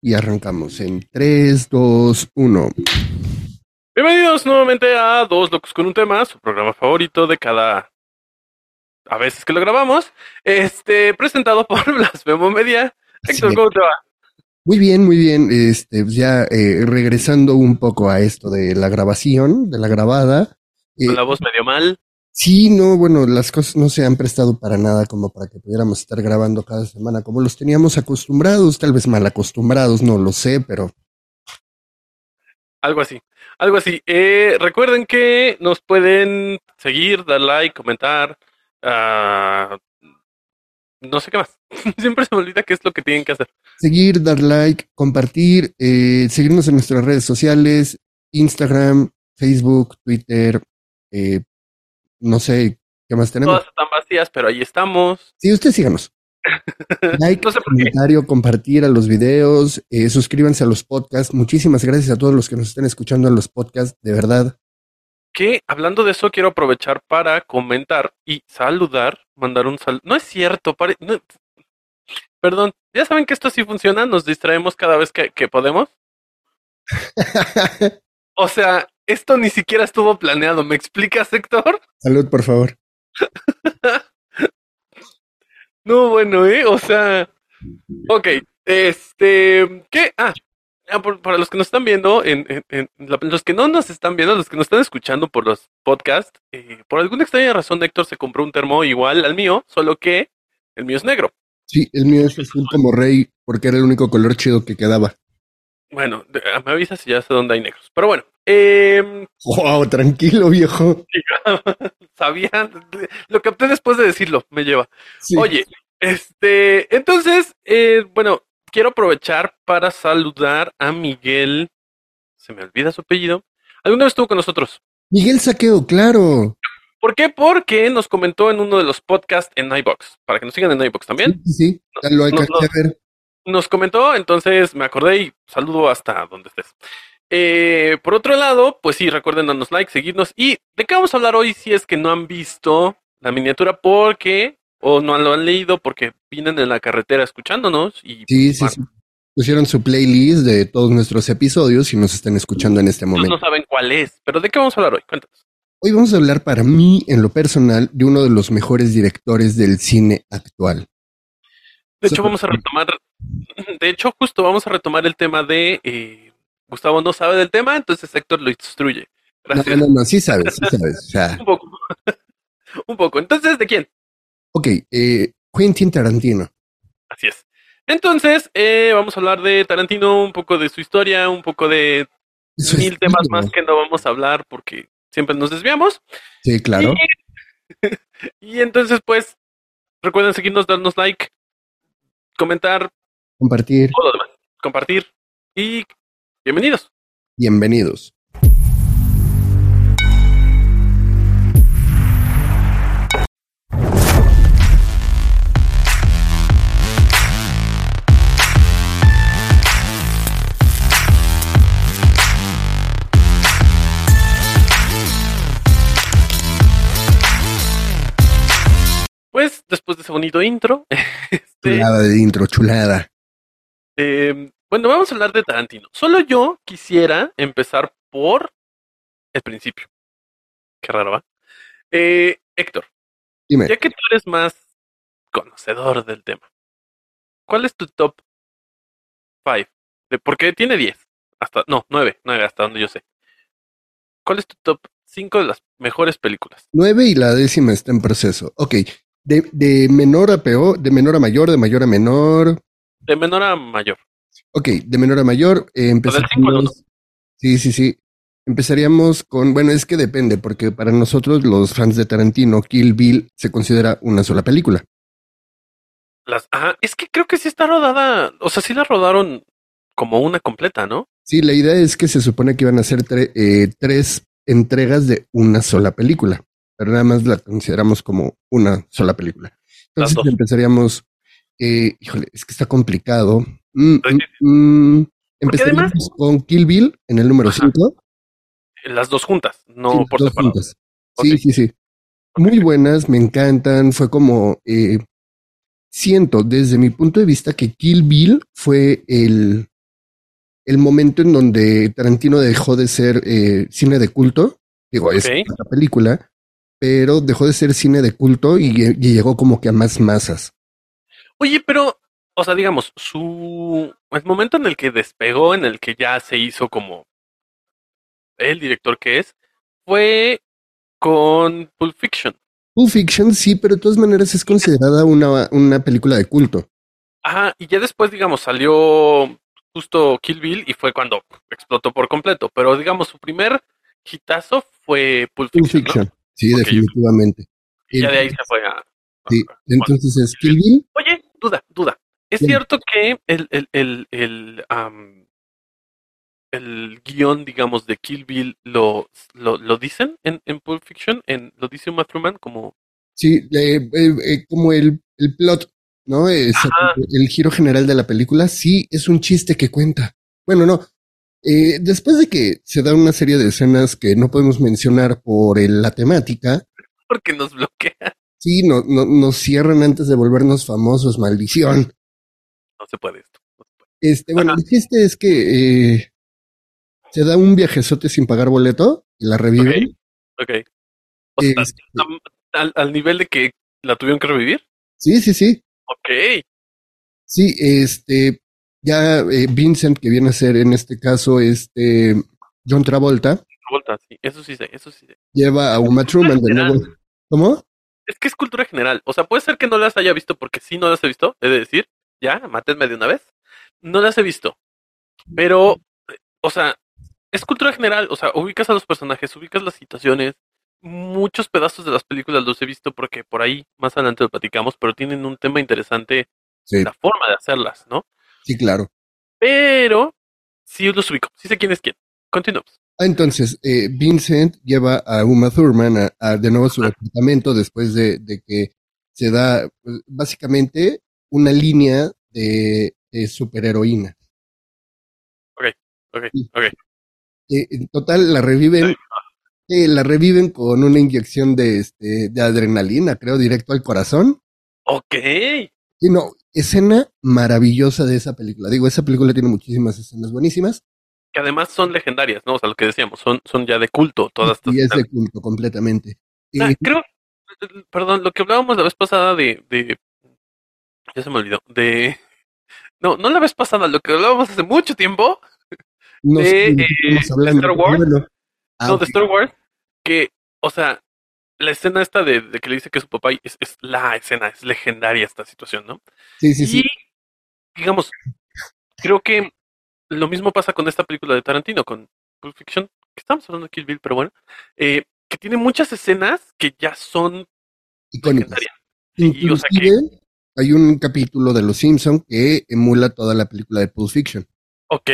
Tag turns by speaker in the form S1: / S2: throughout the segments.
S1: Y arrancamos en 3, 2, 1.
S2: Bienvenidos nuevamente a Dos Locos con un tema, su programa favorito de cada a veces que lo grabamos, este presentado por Blasfemo Media. Héctor,
S1: es.
S2: ¿cómo te va?
S1: Muy bien, muy bien. Este, pues ya eh, regresando un poco a esto de la grabación, de la grabada. eh,
S2: Con la voz medio mal.
S1: sí, no, bueno, las cosas no se han prestado para nada como para que pudiéramos estar grabando cada semana como los teníamos acostumbrados, tal vez mal acostumbrados, no lo sé, pero
S2: Algo así, algo así. Eh, recuerden que nos pueden seguir, dar like, comentar, ah, no sé qué más. Siempre se me olvida qué es lo que tienen que hacer.
S1: seguir, dar like, compartir, eh, seguirnos en nuestras redes sociales, Instagram, Facebook, Twitter, eh, no sé qué más tenemos.
S2: Todas están vacías, pero ahí estamos.
S1: Sí, usted síganos. Like,
S2: No sé por qué.
S1: comentario, compartir a los videos, eh, suscríbanse a los podcasts. Muchísimas gracias a todos los que nos estén escuchando en los podcasts, de verdad.
S2: Que hablando de eso, quiero aprovechar para comentar y saludar, mandar un saludo. No es cierto, pare- no- perdón, ya saben que esto sí funciona, nos distraemos cada vez que, que podemos. O sea, esto ni siquiera estuvo planeado, ¿me explicas, Héctor?
S1: Salud, por favor.
S2: No, bueno, ¿eh? O sea, ok, este, ¿qué? Ah, ah, por- para los que nos están viendo, en, en- en la- los que no nos están viendo, los que nos están escuchando por los podcasts, eh, por alguna extraña razón Héctor se compró un termo igual al mío, solo que el mío es negro.
S1: Sí, el mío es azul como rey porque era el único color chido que quedaba.
S2: Bueno, de- ah, me avisas si ya sé dónde hay negros. Pero bueno, em,
S1: Wow, tranquilo, viejo.
S2: sabía, lo capté después de decirlo, me lleva.
S1: Sí.
S2: Oye, este, entonces, eh, bueno, quiero aprovechar para saludar a Miguel, se me olvida su apellido, alguna vez estuvo con nosotros.
S1: Miguel Saqueo, claro.
S2: ¿Por qué? Porque nos comentó en uno de los podcasts en iBox, para que nos sigan en iBox también.
S1: Sí, sí, ya lo hay
S2: No,
S1: que
S2: no.
S1: ver.
S2: Nos comentó, entonces me acordé y saludo hasta donde estés. Eh, por otro lado, pues sí, recuerden darnos like, seguirnos. ¿Y de qué vamos a hablar hoy si es que no han visto la miniatura? Porque, o no lo han leído porque vienen en la carretera escuchándonos y
S1: Sí, sí, sí. Pusieron su playlist de todos nuestros episodios y nos están escuchando en este
S2: Ellos
S1: momento.
S2: no saben cuál es. Pero ¿de qué vamos a hablar hoy? Cuéntanos.
S1: Hoy vamos a hablar para mí, en lo personal, de uno de los mejores directores del cine actual.
S2: De hecho,
S1: Sí.
S2: vamos a retomar. De hecho, justo vamos a retomar el tema de. eh, Gustavo no sabe del tema, entonces Héctor lo instruye. Gracias.
S1: No, no, no, sí sabes, sí sabes. O sea,
S2: Un poco. Un poco. Entonces, ¿de quién?
S1: ok, eh, Quentin Tarantino.
S2: Así es. Entonces, eh, vamos a hablar de Tarantino, un poco de su historia, un poco de
S1: Eso es
S2: mil temas
S1: todo.
S2: más que no vamos a hablar porque siempre nos desviamos.
S1: Sí, claro.
S2: Y entonces, pues, recuerden seguirnos, darnos like, comentar,
S1: Compartir.
S2: todo lo demás, compartir y bienvenidos.
S1: Bienvenidos.
S2: Pues después de ese bonito intro, este,
S1: Chulada de intro, chulada.
S2: eh, bueno, vamos a hablar de Tarantino. Solo yo quisiera empezar por el principio. Qué raro, ¿va? Eh, Héctor,
S1: Dime,
S2: ya que tú eres más conocedor del tema, ¿cuál es tu top 5? De por qué tiene 10. Hasta, no, 9, 9, hasta donde yo sé. ¿Cuál es tu top 5 de las mejores películas?
S1: Nueve y la décima está en proceso. Ok. De, de menor a peor, de menor a mayor, de mayor a menor.
S2: De menor a mayor.
S1: Ok, de menor a mayor. eh,
S2: del cinco al uno.
S1: empezaríamos. Sí, sí, sí. Empezaríamos con. Bueno, es que depende, porque para nosotros, los fans de Tarantino, Kill Bill se considera una sola película.
S2: Las, ajá, es que creo que sí está rodada. O sea, sí la rodaron como una completa, ¿no?
S1: Sí, la idea es que se supone que iban a ser tre- eh, tres entregas de una sola película, pero nada más la consideramos como una sola película.
S2: Las
S1: Entonces
S2: dos.
S1: empezaríamos, eh, híjole, es que está complicado. Mm, mm, mm.
S2: Porque además-
S1: Empezaríamos con Kill Bill en el número
S2: Ajá.
S1: 5.
S2: Las dos juntas, no
S1: Sí,
S2: por
S1: dos
S2: separado.
S1: juntas.
S2: Ok.
S1: Sí, sí, sí. Muy buenas, me encantan. Fue como. eh, siento desde mi punto de vista que Kill Bill fue el, el momento en donde Tarantino dejó de ser eh, cine de culto. Digo, es
S2: Ok.
S1: la película, pero dejó de ser cine de culto y, y llegó como que a más masas.
S2: Oye, pero, o sea, digamos, su. El momento en el que despegó, en el que ya se hizo como. El director que es, fue con Pulp Fiction.
S1: Pulp Fiction sí, pero de todas maneras es considerada una, una película de culto.
S2: Ajá, y ya después, digamos, salió justo Kill Bill y fue cuando explotó por completo. Pero, digamos, su primer hitazo fue Pulp
S1: Pulp
S2: Fiction. ¿no?
S1: Fiction. Sí,
S2: Ok, yo-
S1: definitivamente.
S2: Y ya de ahí se fue a.
S1: Sí, entonces es Kill Bill.
S2: Oye, duda, duda. ¿Es
S1: Bien.
S2: cierto que el, el, el, el, am, el guión, digamos, de Kill Bill lo, lo, lo dicen en, en Pulp Fiction? En, ¿Lo dice Uma Thurman como...?
S1: Sí, eh, eh, eh, como el, el plot, ¿no? Eh,
S2: Ajá.
S1: el giro general de la película, sí, es un chiste que cuenta. Bueno, no. eh, después de que se da una serie de escenas que no podemos mencionar por el- la temática,
S2: Porque nos bloquea.
S1: sí, no, no- nos cierran antes de volvernos famosos, maldición.
S2: No se puede esto.
S1: Este, bueno,
S2: Ajá.
S1: el chiste es que eh, se da un viajezote sin pagar boleto y la reviven.
S2: Ok. O sea,
S1: Este,
S2: tam- al, al nivel de que la tuvieron que revivir.
S1: sí, sí, sí.
S2: Ok.
S1: Sí, este, ya eh, Vincent, que viene a ser en este caso, este, John Travolta,
S2: Vuelta, sí. Eso sí sé, eso sí sé.
S1: lleva a Uma Truman de nuevo. ¿Cómo?
S2: Es que es cultura general. O sea, puede ser que no las haya visto porque sí no las he visto, he de decir. Ya, mátenme de una vez. No las he visto. Pero, eh, o sea, es cultura general. O sea, ubicas a los personajes, ubicas las situaciones. Muchos pedazos de las películas los he visto porque por ahí más adelante lo platicamos, pero tienen un tema interesante
S1: Sí,
S2: la forma de hacerlas, ¿no?
S1: sí, claro.
S2: Pero sí los ubico, sí sé quién es quién. Continuamos.
S1: Ah, Entonces, eh, Vincent lleva a Uma Thurman a, a de nuevo a su departamento después de, de que se da pues, básicamente una línea de, de superheroína.
S2: Ok,
S1: Sí.
S2: ok.
S1: Eh, en total, la reviven, eh, la reviven con una inyección de, este, de adrenalina, creo, directo al corazón.
S2: Ok.
S1: Sí, no, escena maravillosa de esa película. Digo, esa película tiene muchísimas escenas buenísimas
S2: Que además son legendarias, ¿no? O sea, lo que decíamos, son, son ya de culto todas estas.
S1: y es de culto completamente. Y
S2: Ah, creo, perdón, lo que hablábamos la vez pasada de, de, ya se me olvidó, de, no, no la vez pasada, lo que hablábamos hace mucho tiempo,
S1: no sé
S2: de,
S1: de qué
S2: eh,
S1: estamos hablando,
S2: Star
S1: pero
S2: Wars.
S1: bueno. Ah,
S2: no,
S1: ok.
S2: de Star Wars, que, o sea, la escena esta de, de que le dice que su papá es, es la escena, es legendaria esta situación, ¿no?
S1: Sí, sí, sí.
S2: Y, digamos, creo que lo mismo pasa con esta película de Tarantino, con Pulp Fiction, que estamos hablando de Kill Bill, pero bueno, eh, que tiene muchas escenas que ya son
S1: Icónicas.
S2: legendarias. Sí, o sea que-
S1: Inclusive hay un capítulo de Los Simpson que emula toda la película de Pulp Fiction.
S2: Ok,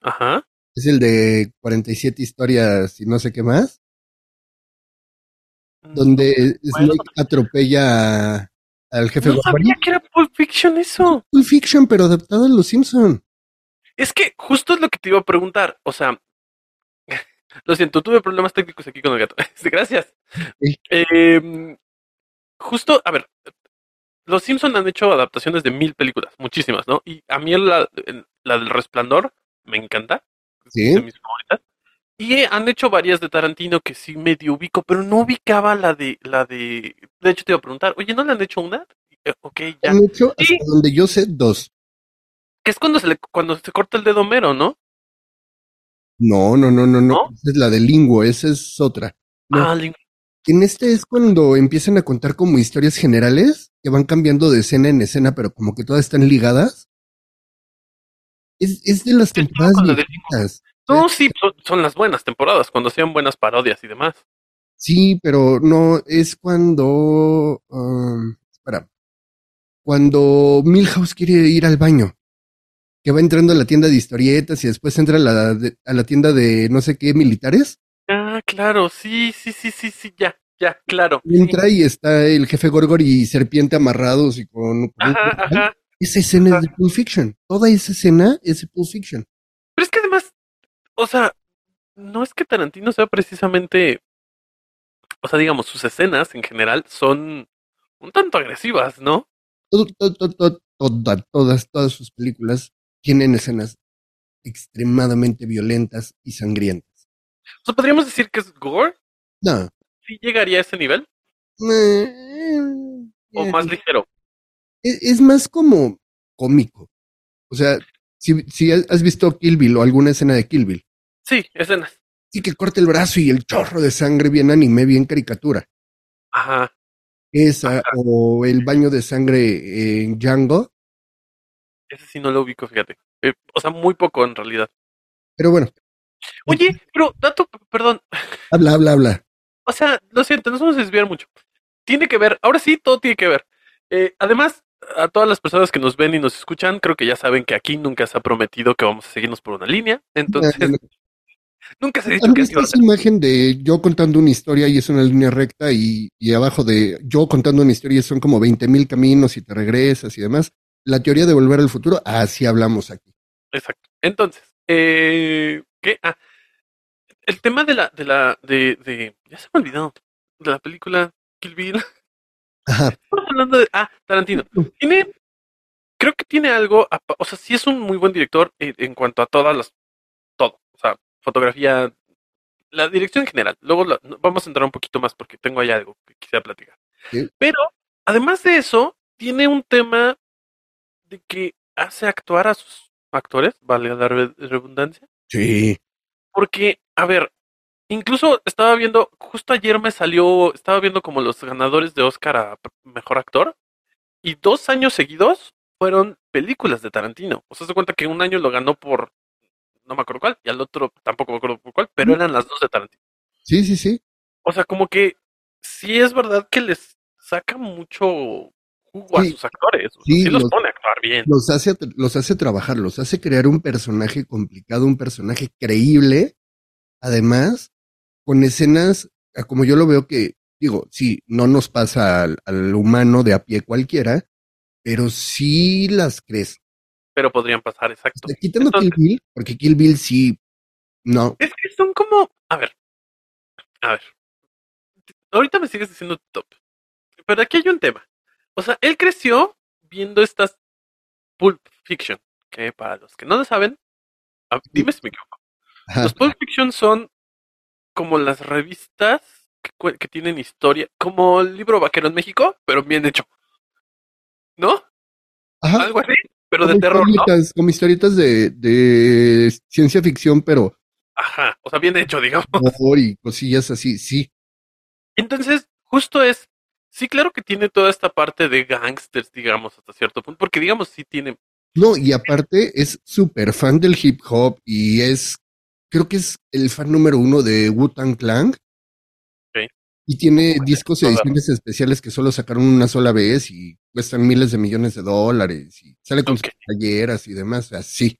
S2: ajá.
S1: Es el de 47 historias y no sé qué más, donde Snake atropella a- al jefe
S2: no
S1: Gorgory.
S2: sabía que era Pulp Fiction eso.
S1: Pulp Fiction, pero adaptado a Los Simpson.
S2: Es que justo es lo que te iba a preguntar. O sea, lo siento, tuve problemas técnicos aquí con el gato. Este, Gracias.
S1: Sí.
S2: Eh, justo, a ver, los Simpson han hecho adaptaciones de mil películas, muchísimas, ¿no? Y a mí la, la del Resplandor me encanta, es
S1: Sí.
S2: de mis favoritas. Y eh, han hecho varias de Tarantino que sí medio ubico, pero no ubicaba la de, la de. De hecho, te iba a preguntar, oye, ¿no le han hecho una? Eh, Ok, ya.
S1: Han hecho,
S2: Sí.
S1: hasta donde yo sé, dos.
S2: Que es cuando se, le, cuando se corta el dedo mero, ¿no?
S1: No, no, no, no, no.
S2: ¿No?
S1: Esa es la de Lingo, esa es otra. No.
S2: Ah, Lin-
S1: En este es cuando empiezan a contar como historias generales que van cambiando de escena en escena, pero como que todas están ligadas. Es, es de las
S2: Sí,
S1: temporadas
S2: con la de
S1: viejitas.
S2: No, sí, son, son las buenas temporadas, cuando hacían buenas parodias y demás.
S1: Sí, pero no, es cuando... um, espera. Cuando Milhouse quiere ir al baño, que va entrando a la tienda de historietas y después entra a la, de- a la tienda de no sé qué militares.
S2: Ah, claro, sí, sí, sí, sí, sí, ya, ya, claro.
S1: Y Entra y está el jefe Gorgor y Serpiente amarrados y con... con un
S2: Ajá,
S1: cristal.
S2: ajá.
S1: Esa escena
S2: Ajá.
S1: es de Pulp Fiction. Toda esa escena es de Pulp Fiction.
S2: Pero es que además, o sea, no es que Tarantino sea precisamente, o sea, digamos, sus escenas en general son un tanto agresivas, ¿no?
S1: Todo, todo, todo, todo, toda- todas, todas sus películas tienen escenas extremadamente violentas y sangrientas.
S2: O sea, podríamos decir que es gore,
S1: No.
S2: sí llegaría a ese nivel,
S1: eh,
S2: o más ligero.
S1: es, es más como cómico. O sea, si, si has visto Kill Bill o alguna escena de Kill Bill,
S2: Sí, escenas.
S1: sí que corta el brazo y el chorro de sangre bien anime, bien caricatura.
S2: Ajá.
S1: Esa o el baño de sangre en Django.
S2: Ese sí no lo ubico, fíjate. Eh, o sea, muy poco en realidad.
S1: Pero bueno,
S2: Oye, pero dato, perdón,
S1: habla, habla, habla.
S2: O sea, lo siento, nos vamos a desviar mucho. Tiene que ver, ahora sí, todo tiene que ver. Eh, además, a todas las personas que nos ven y nos escuchan, creo que ya saben que aquí nunca se ha prometido que vamos a seguirnos por una línea. Entonces,
S1: Ah,
S2: nunca se ha dicho
S1: ¿Han
S2: que así
S1: visto
S2: va a
S1: esa
S2: ser.
S1: imagen de yo contando una historia y es una línea recta y, y abajo de yo contando una historia son como 20 mil caminos y te regresas y demás? La teoría de volver al futuro, así hablamos aquí.
S2: Exacto. Entonces, eh, ¿qué? Ah, el tema de la, de la, de, de, ya se me olvidó, de la película Kill Bill.
S1: Ajá.
S2: Estamos hablando de. Ah, Tarantino. Tiene. Creo que tiene algo. apa- O sea, sí es un muy buen director en, en cuanto a todas las. Todo. O sea, fotografía. La dirección en general. Luego la- no, vamos a entrar un poquito más porque tengo ahí algo que quisiera platicar.
S1: Sí.
S2: Pero, además de eso, tiene un tema de que hace actuar a sus actores, vale la re- redundancia.
S1: Sí.
S2: Porque, a ver, incluso estaba viendo, justo ayer me salió, estaba viendo como los ganadores de Oscar a p- Mejor Actor, y dos años seguidos fueron películas de Tarantino. O sea, se cuenta que un año lo ganó por, no me acuerdo cuál, y al otro tampoco me acuerdo por cuál, pero eran las dos de Tarantino.
S1: Sí, sí, sí.
S2: O sea, como que sí es verdad que les saca mucho jugo a
S1: Sí.
S2: sus actores. O sea,
S1: Sí,
S2: sí los
S1: los-
S2: pone a actuar bien.
S1: Los hace, los hace trabajar, los hace crear un personaje complicado, un personaje creíble. Además, con escenas, a como yo lo veo que, digo, sí, no nos pasa al, al humano de a pie cualquiera, pero sí las crees.
S2: Pero podrían pasar, exacto.
S1: Está quitando
S2: Entonces-
S1: Kill Bill, porque Kill Bill sí. No,
S2: Es que son como. A ver. A ver. Ahorita me sigues diciendo top. Pero aquí hay un tema. O sea, él creció viendo estas Pulp Fiction. Que para los que no lo saben, a- dime si me equivoco.
S1: ajá,
S2: Los Pulp Fiction son como las revistas que, cue- que tienen historia. Como el libro vaquero en México, pero bien hecho. ¿No?
S1: ajá,
S2: Algo así, pero
S1: como
S2: de terror, ¿no?
S1: historietas, Como historietas de, de ciencia ficción, pero
S2: Ajá. O sea, bien hecho, digamos.
S1: horror y cosillas así, sí.
S2: Entonces, justo es, sí, claro que tiene toda esta parte de gangsters, digamos, hasta cierto punto, porque digamos, sí tiene,
S1: No, y aparte es súper fan del hip hop y es, creo que es el fan número uno de Wu-Tang Clan.
S2: Ok.
S1: Y tiene discos y
S2: toda-
S1: ediciones especiales que solo sacaron una sola vez y cuestan miles de millones de dólares y sale con
S2: Ok.
S1: sus talleras y demás, así.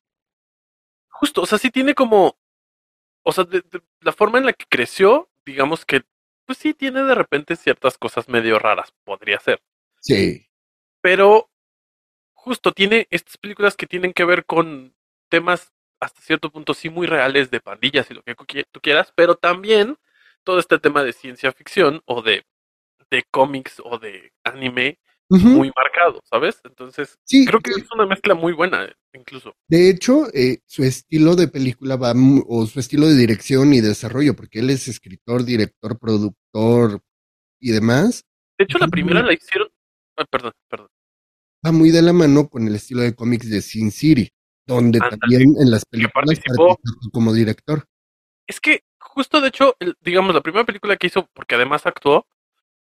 S2: justo, o sea, sí tiene como, o sea, de- de- la forma en la que creció, digamos que, pues sí tiene de repente ciertas cosas medio raras, podría ser,
S1: Sí.
S2: pero justo tiene estas películas que tienen que ver con temas hasta cierto punto sí muy reales de pandillas y lo que cu- qui- tú quieras, pero también todo este tema de ciencia ficción o de, de cómics o de anime
S1: Ujú.
S2: muy marcado, ¿sabes? Entonces,
S1: sí,
S2: creo que
S1: sí.
S2: es una mezcla muy buena, eh, incluso.
S1: De hecho, eh, su estilo de película va, mu- o su estilo de dirección y desarrollo, porque él es escritor, director, productor y demás.
S2: De hecho, la
S1: Ujú.
S2: primera la hicieron. ah, perdón, perdón.
S1: va muy de la mano con el estilo de cómics de Sin City, donde
S2: Ándale.
S1: también en las películas
S2: participó.
S1: participó como director.
S2: Es que justo de hecho, el- digamos, la primera película que hizo, porque además actuó,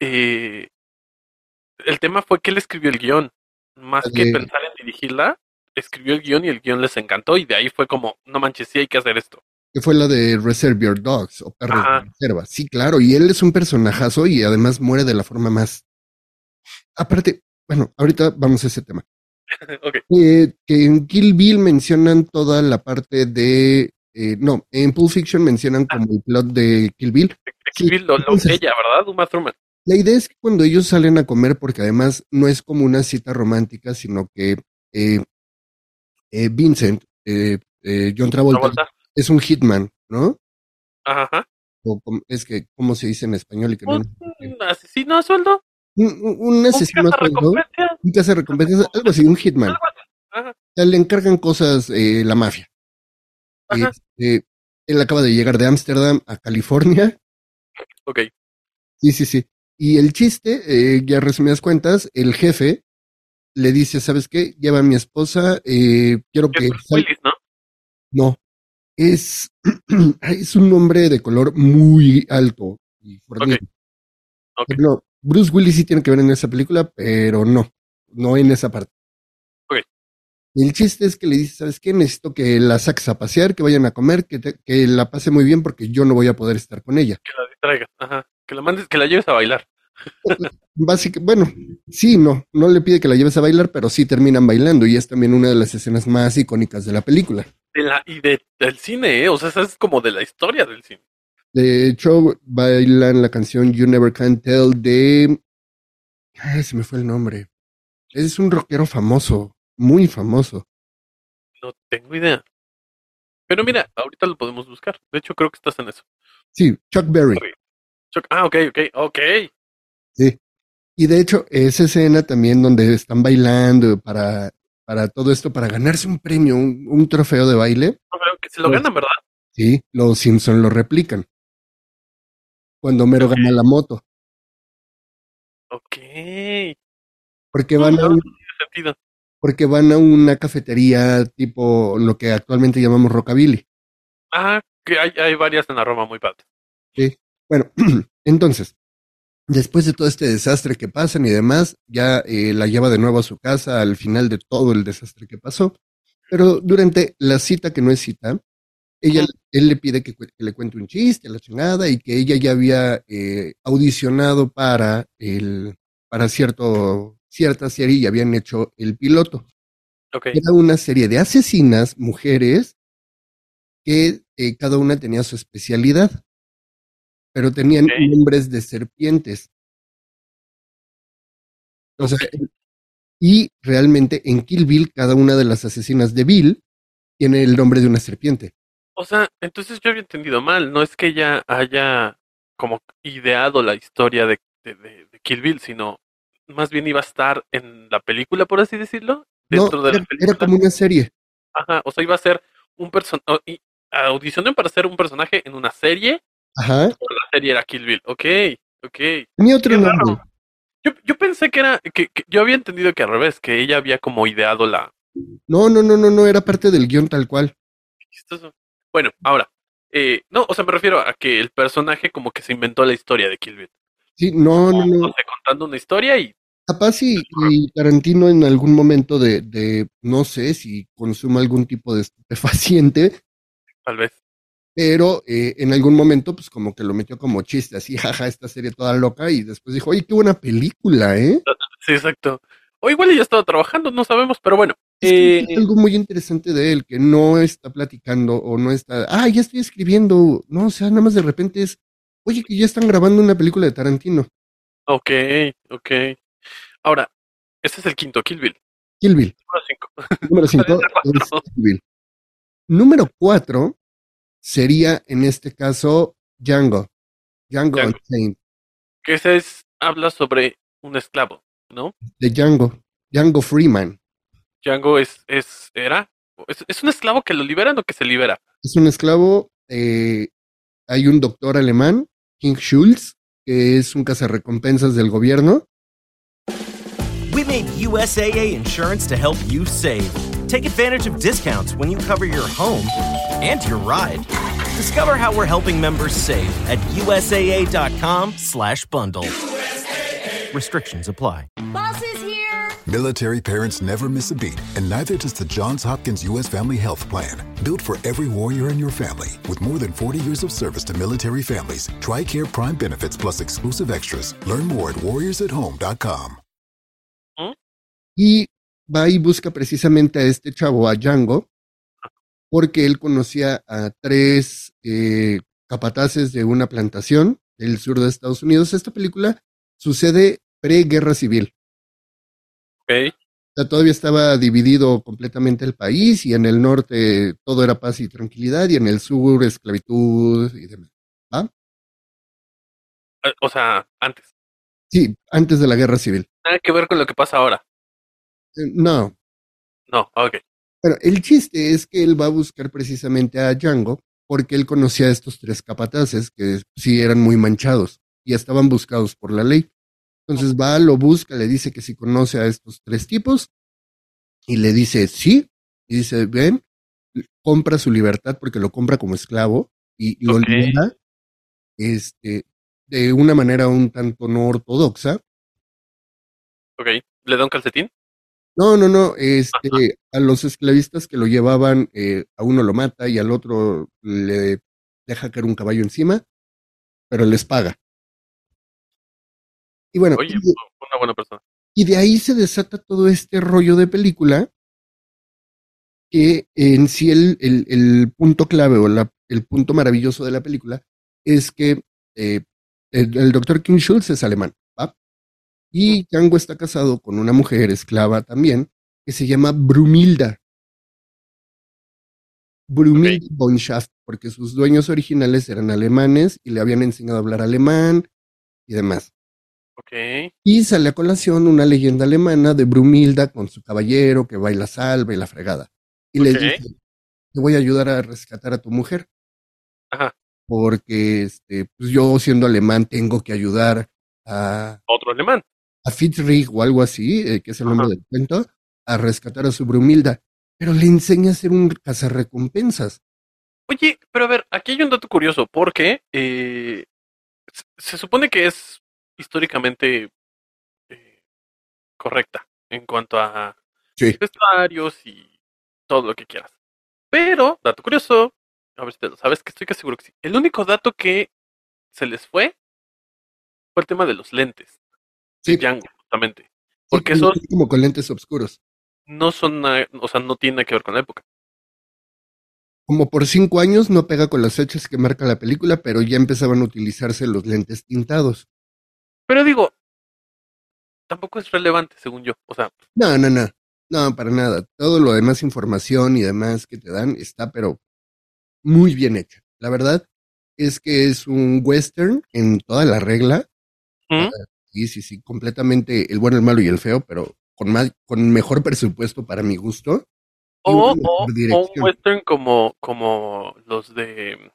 S2: eh, el tema fue que él escribió el guión. Más que
S1: Sí.
S2: pensar en dirigirla, escribió el guión y el guión les encantó y de ahí fue como, no manches, sí hay que hacer esto.
S1: que fue la de Reserve Your Dogs o Perros
S2: Ajá.
S1: de Reserva. Sí, claro, y él es un personajazo y además muere de la forma más. Aparte, bueno, ahorita vamos a ese tema.
S2: Ok.
S1: Eh, que en Kill Bill mencionan toda la parte de. eh, no, en Pulp Fiction mencionan
S2: Ah.
S1: como el plot de Kill Bill. Sí,
S2: Kill Bill lo- lo-
S1: entonces-
S2: ella, ¿verdad? Uma Thurman.
S1: La idea es que cuando ellos salen a comer, porque además no es como una cita romántica, sino que eh, eh, Vincent, eh, eh, John Travolta,
S2: Travolta.
S1: es un hitman, ¿no?
S2: Ajá.
S1: O com- es que, ¿cómo se dice en español? Y que no-
S2: Un, un asesino a sueldo.
S1: un, un- un
S2: Un
S1: asesino a sueldo,
S2: cazarrecompensas.
S1: un cazarrecompensas, algo así, un hitman.
S2: Algo así. Ajá.
S1: O sea, le encargan cosas eh, la mafia.
S2: Ajá.
S1: Este, él acaba de llegar de Ámsterdam a California.
S2: Ok.
S1: Sí, sí, sí. Y el chiste, eh, ya resumidas cuentas, el jefe le dice, ¿sabes qué? Lleva a mi esposa, eh, quiero que...
S2: Es
S1: sal-
S2: Willis, ¿no?
S1: No, es, ay, es un hombre de color muy alto y fornido.
S2: Ok.
S1: Pero No, Bruce Willis sí tiene que ver en esa película, pero no, no en esa parte.
S2: Ok.
S1: El chiste es que le dice, ¿sabes qué? Necesito que la saques a pasear, que vayan a comer, que, te- que la pase muy bien porque yo no voy a poder estar con ella.
S2: Que la distraigas. Ajá. Que la mandes, que la lleves a bailar.
S1: Básica, bueno, sí, no, no le pide que la lleves a bailar, pero sí terminan bailando y es también una de las escenas más icónicas de la película.
S2: De la, y de, del cine, ¿eh? O sea, esa es como de la historia del cine.
S1: De hecho, bailan la canción You Never Can Tell de... Ay, se me fue el nombre. Es un rockero famoso, muy famoso.
S2: No tengo idea. Pero mira, ahorita lo podemos buscar. De hecho, creo que estás en eso.
S1: Sí, Chuck Berry.
S2: Choc- Ah, ok, ok, ok.
S1: Y de hecho, esa escena también donde están bailando para, para todo esto, para ganarse un premio, un, un trofeo de baile,
S2: No, pero que se lo
S1: Pues-
S2: ganan, ¿verdad?
S1: sí, los Simpson lo replican. Cuando Homero gana la moto,
S2: Ok. Tiene
S1: porque van a un-
S2: sentido.
S1: porque van a una cafetería tipo lo que actualmente llamamos rockabilly.
S2: Ah, que hay, hay varias en la Roma muy padres.
S1: Bueno, entonces, después de todo este desastre que pasan y demás, ya eh, la lleva de nuevo a su casa al final de todo el desastre que pasó. Pero durante la cita que no es cita, ella, él le pide que, cu- que le cuente un chiste, la chingada, y que ella ya había eh, audicionado para el para cierto cierta serie y habían hecho el piloto
S2: Ok.
S1: era una serie de asesinas, mujeres, que eh, cada una tenía su especialidad, pero tenían
S2: Ok.
S1: nombres de serpientes. O sea, y realmente en Kill Bill, cada una de las asesinas de Bill tiene el nombre de una serpiente.
S2: O sea, entonces yo había entendido mal. No es que ella haya como ideado la historia de, de, de- de Kill Bill, sino más bien iba a estar en la película, por así decirlo.
S1: No,
S2: Dentro de
S1: era,
S2: la
S1: era
S2: película.
S1: como una serie.
S2: Ajá, o sea, iba a ser un personaje. Audicionen para ser un personaje en una serie.
S1: Ajá.
S2: pero La serie era Kill Bill. Ok, ok.
S1: Tenía otro
S2: Qué raro.
S1: nombre.
S2: Yo, yo pensé que era. Que, que- yo había entendido que al revés, que ella había como ideado la.
S1: No, no, no, no, no, era parte del guión tal cual.
S2: Qué chistoso. Bueno, ahora. eh, no, o sea, me refiero a que el personaje como que se inventó la historia de Kill Bill.
S1: Sí, no, no, no.
S2: O sea, contando una historia y.
S1: Capaz y, y Tarantino en algún momento de, de, no sé si consuma algún tipo de estupefaciente,
S2: Tal vez.
S1: pero eh, en algún momento pues como que lo metió como chiste, así, jaja, esta serie toda loca y después dijo, oye, qué buena película, ¿eh?
S2: Sí, exacto. O igual ella estaba trabajando, no sabemos, pero bueno.
S1: Es que
S2: Eh,
S1: es algo muy interesante de él, que no está platicando o no está, ah, ya estoy escribiendo, no, o sea, nada más de repente es, oye, que ya están grabando una película de Tarantino,
S2: Ok, ok. Ahora, este es el quinto Kill Bill.
S1: Kill Bill,
S2: Número cinco.
S1: número 5,
S2: Cuatro.
S1: Kill Bill. Número 4 sería en este caso Django. Django
S2: Django.
S1: Unchained,
S2: que ese es, habla sobre un esclavo, ¿no?
S1: de Django. Django Freeman.
S2: Django es, es, era, es, es un esclavo que lo liberan o que se libera.
S1: Es un esclavo. eh, hay un doctor alemán, King Schulz, que es un cazarrecompensas del gobierno.
S3: We made USAA insurance to help you save. Take advantage of discounts when you cover your home and your ride. Discover how we're helping members save at usaa.com/bundle. Restrictions apply.
S4: Bus is here.
S5: Military parents never miss a beat, and neither does the Johns Hopkins U.S. Family Health Plan. Built for every warrior in your family, with more than 40 years of service to military families, TRICARE Prime Benefits plus exclusive extras. Learn more at warriorsathome.com.
S1: Y va y busca precisamente a este chavo, a Django, porque él conocía a tres eh, capataces de una plantación del sur de Estados Unidos. Esta película sucede pre-guerra civil.
S2: Ok. Eh,
S1: O sea, todavía estaba dividido completamente el país y en el norte todo era paz y tranquilidad y en el sur esclavitud y demás.
S2: Eh, O sea, antes.
S1: Sí, antes de la guerra civil.
S2: Nada que ver con lo que pasa ahora.
S1: Eh, No,
S2: No, ok.
S1: Pero el chiste es que él va a buscar precisamente a Django porque él conocía a estos tres capataces que sí eran muy manchados y estaban buscados por la ley. Entonces va, lo busca, le dice que si conoce a estos tres tipos y le dice sí. Y dice, ven, compra su libertad porque lo compra como esclavo y lo
S2: Ok.
S1: libera este, de una manera un tanto no ortodoxa.
S2: Ok. ¿Le da un calcetín?
S1: No, no, no. Este, a los esclavistas que lo llevaban, eh, a uno lo mata y al otro le deja caer un caballo encima, pero les paga. Y bueno,
S2: Oye,
S1: y de,
S2: una buena persona.
S1: y de ahí se desata todo este rollo de película que en sí el, el- el punto clave o la- el punto maravilloso de la película es que eh, el, el doctor King Schultz es alemán, ¿va? Y Django está casado con una mujer esclava también, que se llama Brumilda. Brumilda von Schaff, porque sus dueños originales eran alemanes y le habían enseñado a hablar alemán y demás.
S2: Ok.
S1: Y sale a colación una leyenda alemana de Brumilda con su caballero que baila salva y la fregada. Y le
S2: Ok.
S1: dice, te voy a ayudar a rescatar a tu mujer.
S2: Ajá.
S1: Porque este, pues yo siendo alemán tengo que ayudar a,
S2: Otro alemán.
S1: a Fitzrich o algo así, eh, que es el nombre
S2: Ajá.
S1: del cuento, a rescatar a su Brumilda. Pero le enseña a ser un cazarrecompensas.
S2: Oye, pero a ver, aquí hay un dato curioso, porque eh, se, se supone que es históricamente eh, correcta en cuanto a
S1: Sí.
S2: vestuarios y todo lo que quieras. Pero, dato curioso, a ver si te lo sabes, que estoy casi seguro que sí. El único dato que se les fue fue el tema de los lentes,
S1: Sí,
S2: Django, justamente. Porque
S1: sí,
S2: eso
S1: como con lentes oscuros.
S2: no son, na- o sea, no tiene nada que ver con la época.
S1: Como por cinco años no pega con las fechas que marca la película, pero ya empezaban a utilizarse los lentes tintados.
S2: Pero digo, tampoco es relevante, según yo. O sea,
S1: No, no, no. No, para nada. Todo lo demás, información y demás que te dan, está, pero muy bien hecha. La verdad es que es un western en toda la regla.
S2: ¿Mm?
S1: Sí, sí, sí, completamente el bueno, el malo y el feo, pero con, más, con mejor presupuesto para mi gusto. y una
S2: O, o-
S1: mejor
S2: o un
S1: dirección.
S2: western como, como los de mm,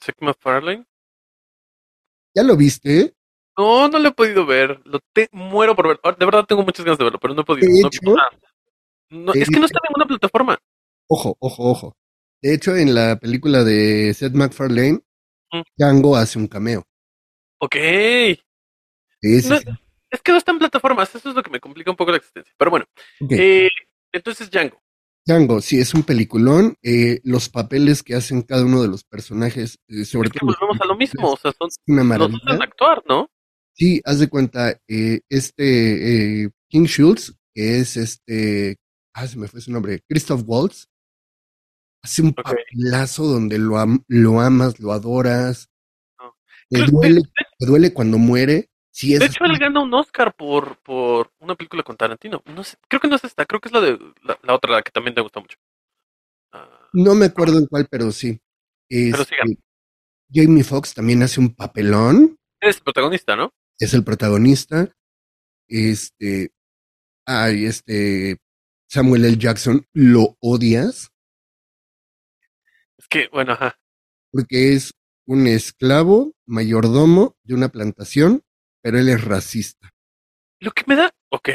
S2: Sigma Farlane.
S1: ¿Ya lo viste?
S2: No, no lo he podido ver. Lo te- muero por ver. Ahora, De verdad tengo muchas ganas de verlo, pero no he podido.
S1: De
S2: no-
S1: hecho,
S2: ah, no,
S1: de
S2: es que no está en ninguna plataforma.
S1: Ojo, ojo, ojo. De hecho, en la película de Seth MacFarlane,
S2: Mm.
S1: Django hace un cameo.
S2: Ok.
S1: Sí, sí,
S2: No-
S1: sí.
S2: es que no está en plataformas. Eso es lo que me complica un poco la existencia. Pero bueno.
S1: Ok.
S2: eh, entonces, Django.
S1: Django, sí, es un peliculón. eh, los papeles que hacen cada uno de los personajes, eh, sobre
S2: Es que
S1: todo. los
S2: volvemos a lo mismo. O sea, son
S1: Es una
S2: los dos
S1: maravilla.
S2: saben actuar, ¿no?
S1: Sí, haz de cuenta, eh, este eh, King Schultz, que es este, ah, se me fue su nombre, Christoph Waltz, hace un papelazo donde lo, am- lo amas, lo adoras,
S2: No.
S1: te
S2: Creo-
S1: duele, te duele cuando muere. Sí, es
S2: De hecho,
S1: así.
S2: él gana un Oscar por, por una película con Tarantino. No sé, creo que no es esta, creo que es la de la, la otra, la que también te gusta mucho. Ah,
S1: no me acuerdo en cuál, pero sí. Este,
S2: siga.
S1: Jamie Foxx también hace un papelón.
S2: eres el protagonista, ¿no?
S1: es el protagonista. Este, ay, este, Samuel L. Jackson, lo odias
S2: Es que, bueno, ajá.
S1: porque es un esclavo mayordomo de una plantación, pero él es racista.
S2: Lo que me da, ok,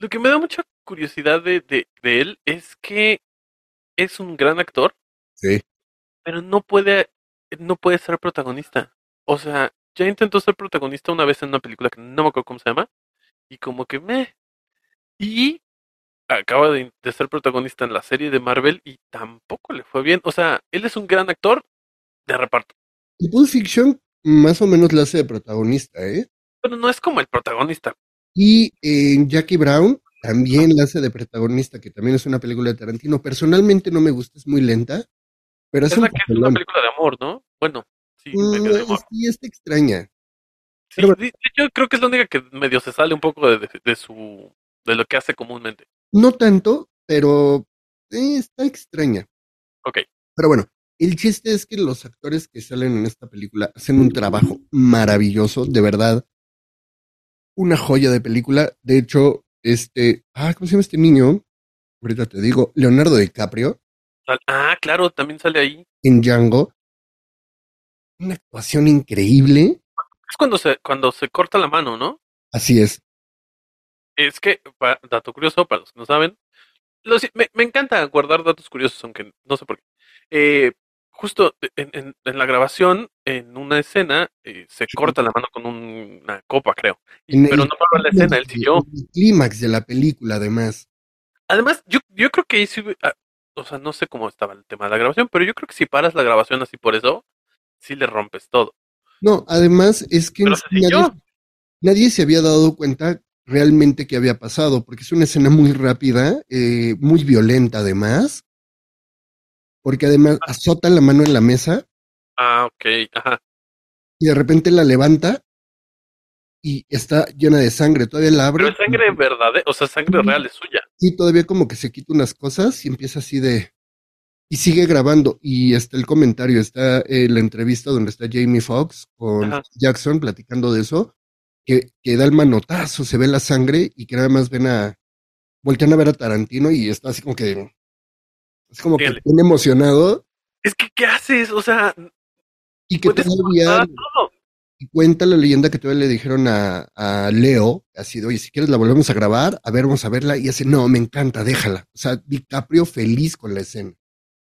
S2: Lo que me da mucha curiosidad de, de, de él es que es un gran actor,
S1: Sí.
S2: pero no puede, no puede ser protagonista. O sea, ya intentó ser protagonista una vez en una película que no me acuerdo cómo se llama, y como que me. Y acaba de, de ser protagonista en la serie de Marvel y tampoco le fue bien. O sea, él es un gran actor de reparto,
S1: Y Pulp Fiction más o menos la hace de protagonista, ¿eh?
S2: pero no es como el protagonista.
S1: Y en Jackie Brown también la hace de protagonista, que también es una película de Tarantino. Personalmente no me gusta, es muy lenta, pero es,
S2: Es
S1: un
S2: la que es una
S1: papelón.
S2: película de amor, ¿no? Bueno, sí, medio de
S1: Mm,
S2: amor.
S1: sí, está extraña.
S2: Sí,
S1: Pero-
S2: de- de hecho, creo que es la única que medio se sale un poco de, de- de su de lo que hace comúnmente.
S1: No tanto, pero eh, está extraña.
S2: Ok.
S1: Pero bueno, el chiste es que los actores que salen en esta película hacen un trabajo maravilloso, de verdad. Una joya de película. De hecho, este, ah, ¿cómo se llama este niño? Ahorita te digo, Leonardo DiCaprio
S2: Sal- Ah, claro, también sale ahí.
S1: en Django. Una actuación increíble.
S2: Es cuando se cuando se corta la mano, ¿no?
S1: Así es.
S2: Es que pa- dato curioso para los que no saben, lo si- me, me encanta guardar datos curiosos, aunque no sé por qué. Eh, justo en, en- en la grabación, en una escena, eh, se corta la mano con un- una copa, creo. Y-
S1: En
S2: pero
S1: el-
S2: no paró la escena, él siguió.
S1: El clímax de la película, además.
S2: Además, yo, yo creo que ahí sí, hu- ah, o sea, no sé cómo estaba el tema de la grabación, pero yo creo que si paras la grabación así por eso, sí le rompes todo.
S1: No, además es que
S2: Pero
S1: en-
S2: se siguió.
S1: nadie, nadie se había dado cuenta realmente que había pasado, porque es una escena muy rápida, eh, muy violenta además, porque además azota la mano en la mesa
S2: Ah, ok, ajá.
S1: y de repente la levanta y está llena de sangre, todavía la abre
S2: Pero es sangre verdadera, o sea, sangre real es suya.
S1: y todavía como que se quita unas cosas y empieza así de... Y sigue grabando y está el comentario, está eh, la entrevista donde está Jamie Foxx con
S2: Ajá.
S1: Jackson platicando de eso, que, que da el manotazo, se ve la sangre y que nada más ven a... Voltean a ver a Tarantino y está así como que... Es como que
S2: Fíjale.
S1: bien emocionado
S2: Es que, ¿qué haces? O sea,
S1: y que
S2: puedes
S1: todavía
S2: matar todo.
S1: y cuenta la leyenda que todavía le dijeron a, a Leo, ha sido, oye, si quieres la volvemos a grabar, a ver, vamos a verla, y hace, no, me encanta, déjala. O sea, DiCaprio feliz con la escena.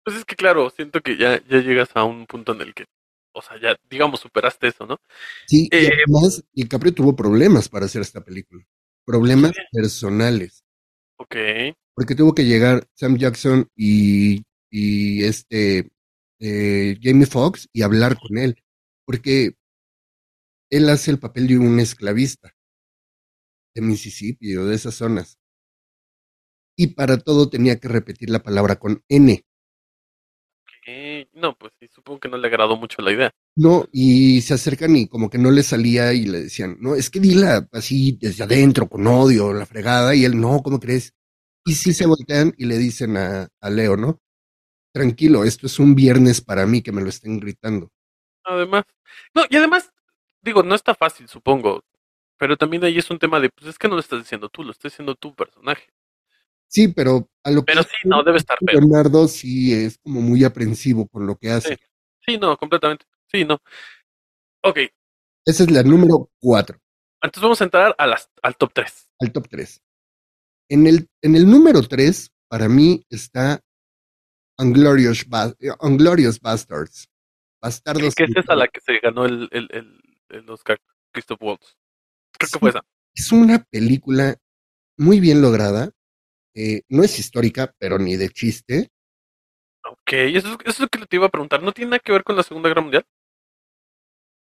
S2: Pues es que, claro, siento que ya, ya llegas a un punto en el que, o sea, ya, digamos, superaste eso, ¿no?
S1: Sí, y
S2: Eh,
S1: además, DiCaprio tuvo problemas para hacer esta película, problemas personales,
S2: Ok,
S1: porque tuvo que llegar Sam Jackson y, y este eh, Jamie Foxx y hablar con él, porque él hace el papel de un esclavista de Mississippi o de esas zonas. Y para todo tenía que repetir la palabra con N.
S2: ok. No, pues sí, supongo que no le agradó mucho la idea.
S1: No, y se acercan y como que no le salía y le decían, no, es que dila así desde adentro, con odio, la fregada, y él, no, ¿cómo crees? Y sí se voltean y le dicen a, a Leo, ¿no? Tranquilo, esto es un viernes para mí que me lo estén gritando.
S2: Además, no, y además, digo, no está fácil, supongo, pero también ahí es un tema de, pues es que no lo estás diciendo tú, lo está diciendo tu personaje.
S1: Sí, pero a lo que
S2: Pero sí, no, debe estar feo.
S1: Leonardo sí es como muy aprensivo con lo que hace.
S2: Sí. Sí, no, completamente. Sí, no. Ok,
S1: Esa es la número cuatro,
S2: entonces vamos a entrar a las, al top 3.
S1: al top tres. En el, en el número tres, para mí, está Unglorious, Ba- eh, Unglorious Bastards. Bastardos.
S2: Que es
S1: sin
S2: esa la
S1: gloria.
S2: que se ganó el, el, el, el Oscar, Christoph Waltz. Creo que fue esa.
S1: Es una película muy bien lograda. eh, no es histórica, pero ni de chiste.
S2: Ok, eso, es- eso es lo que te iba a preguntar. ¿No tiene nada que ver con la Segunda Guerra Mundial?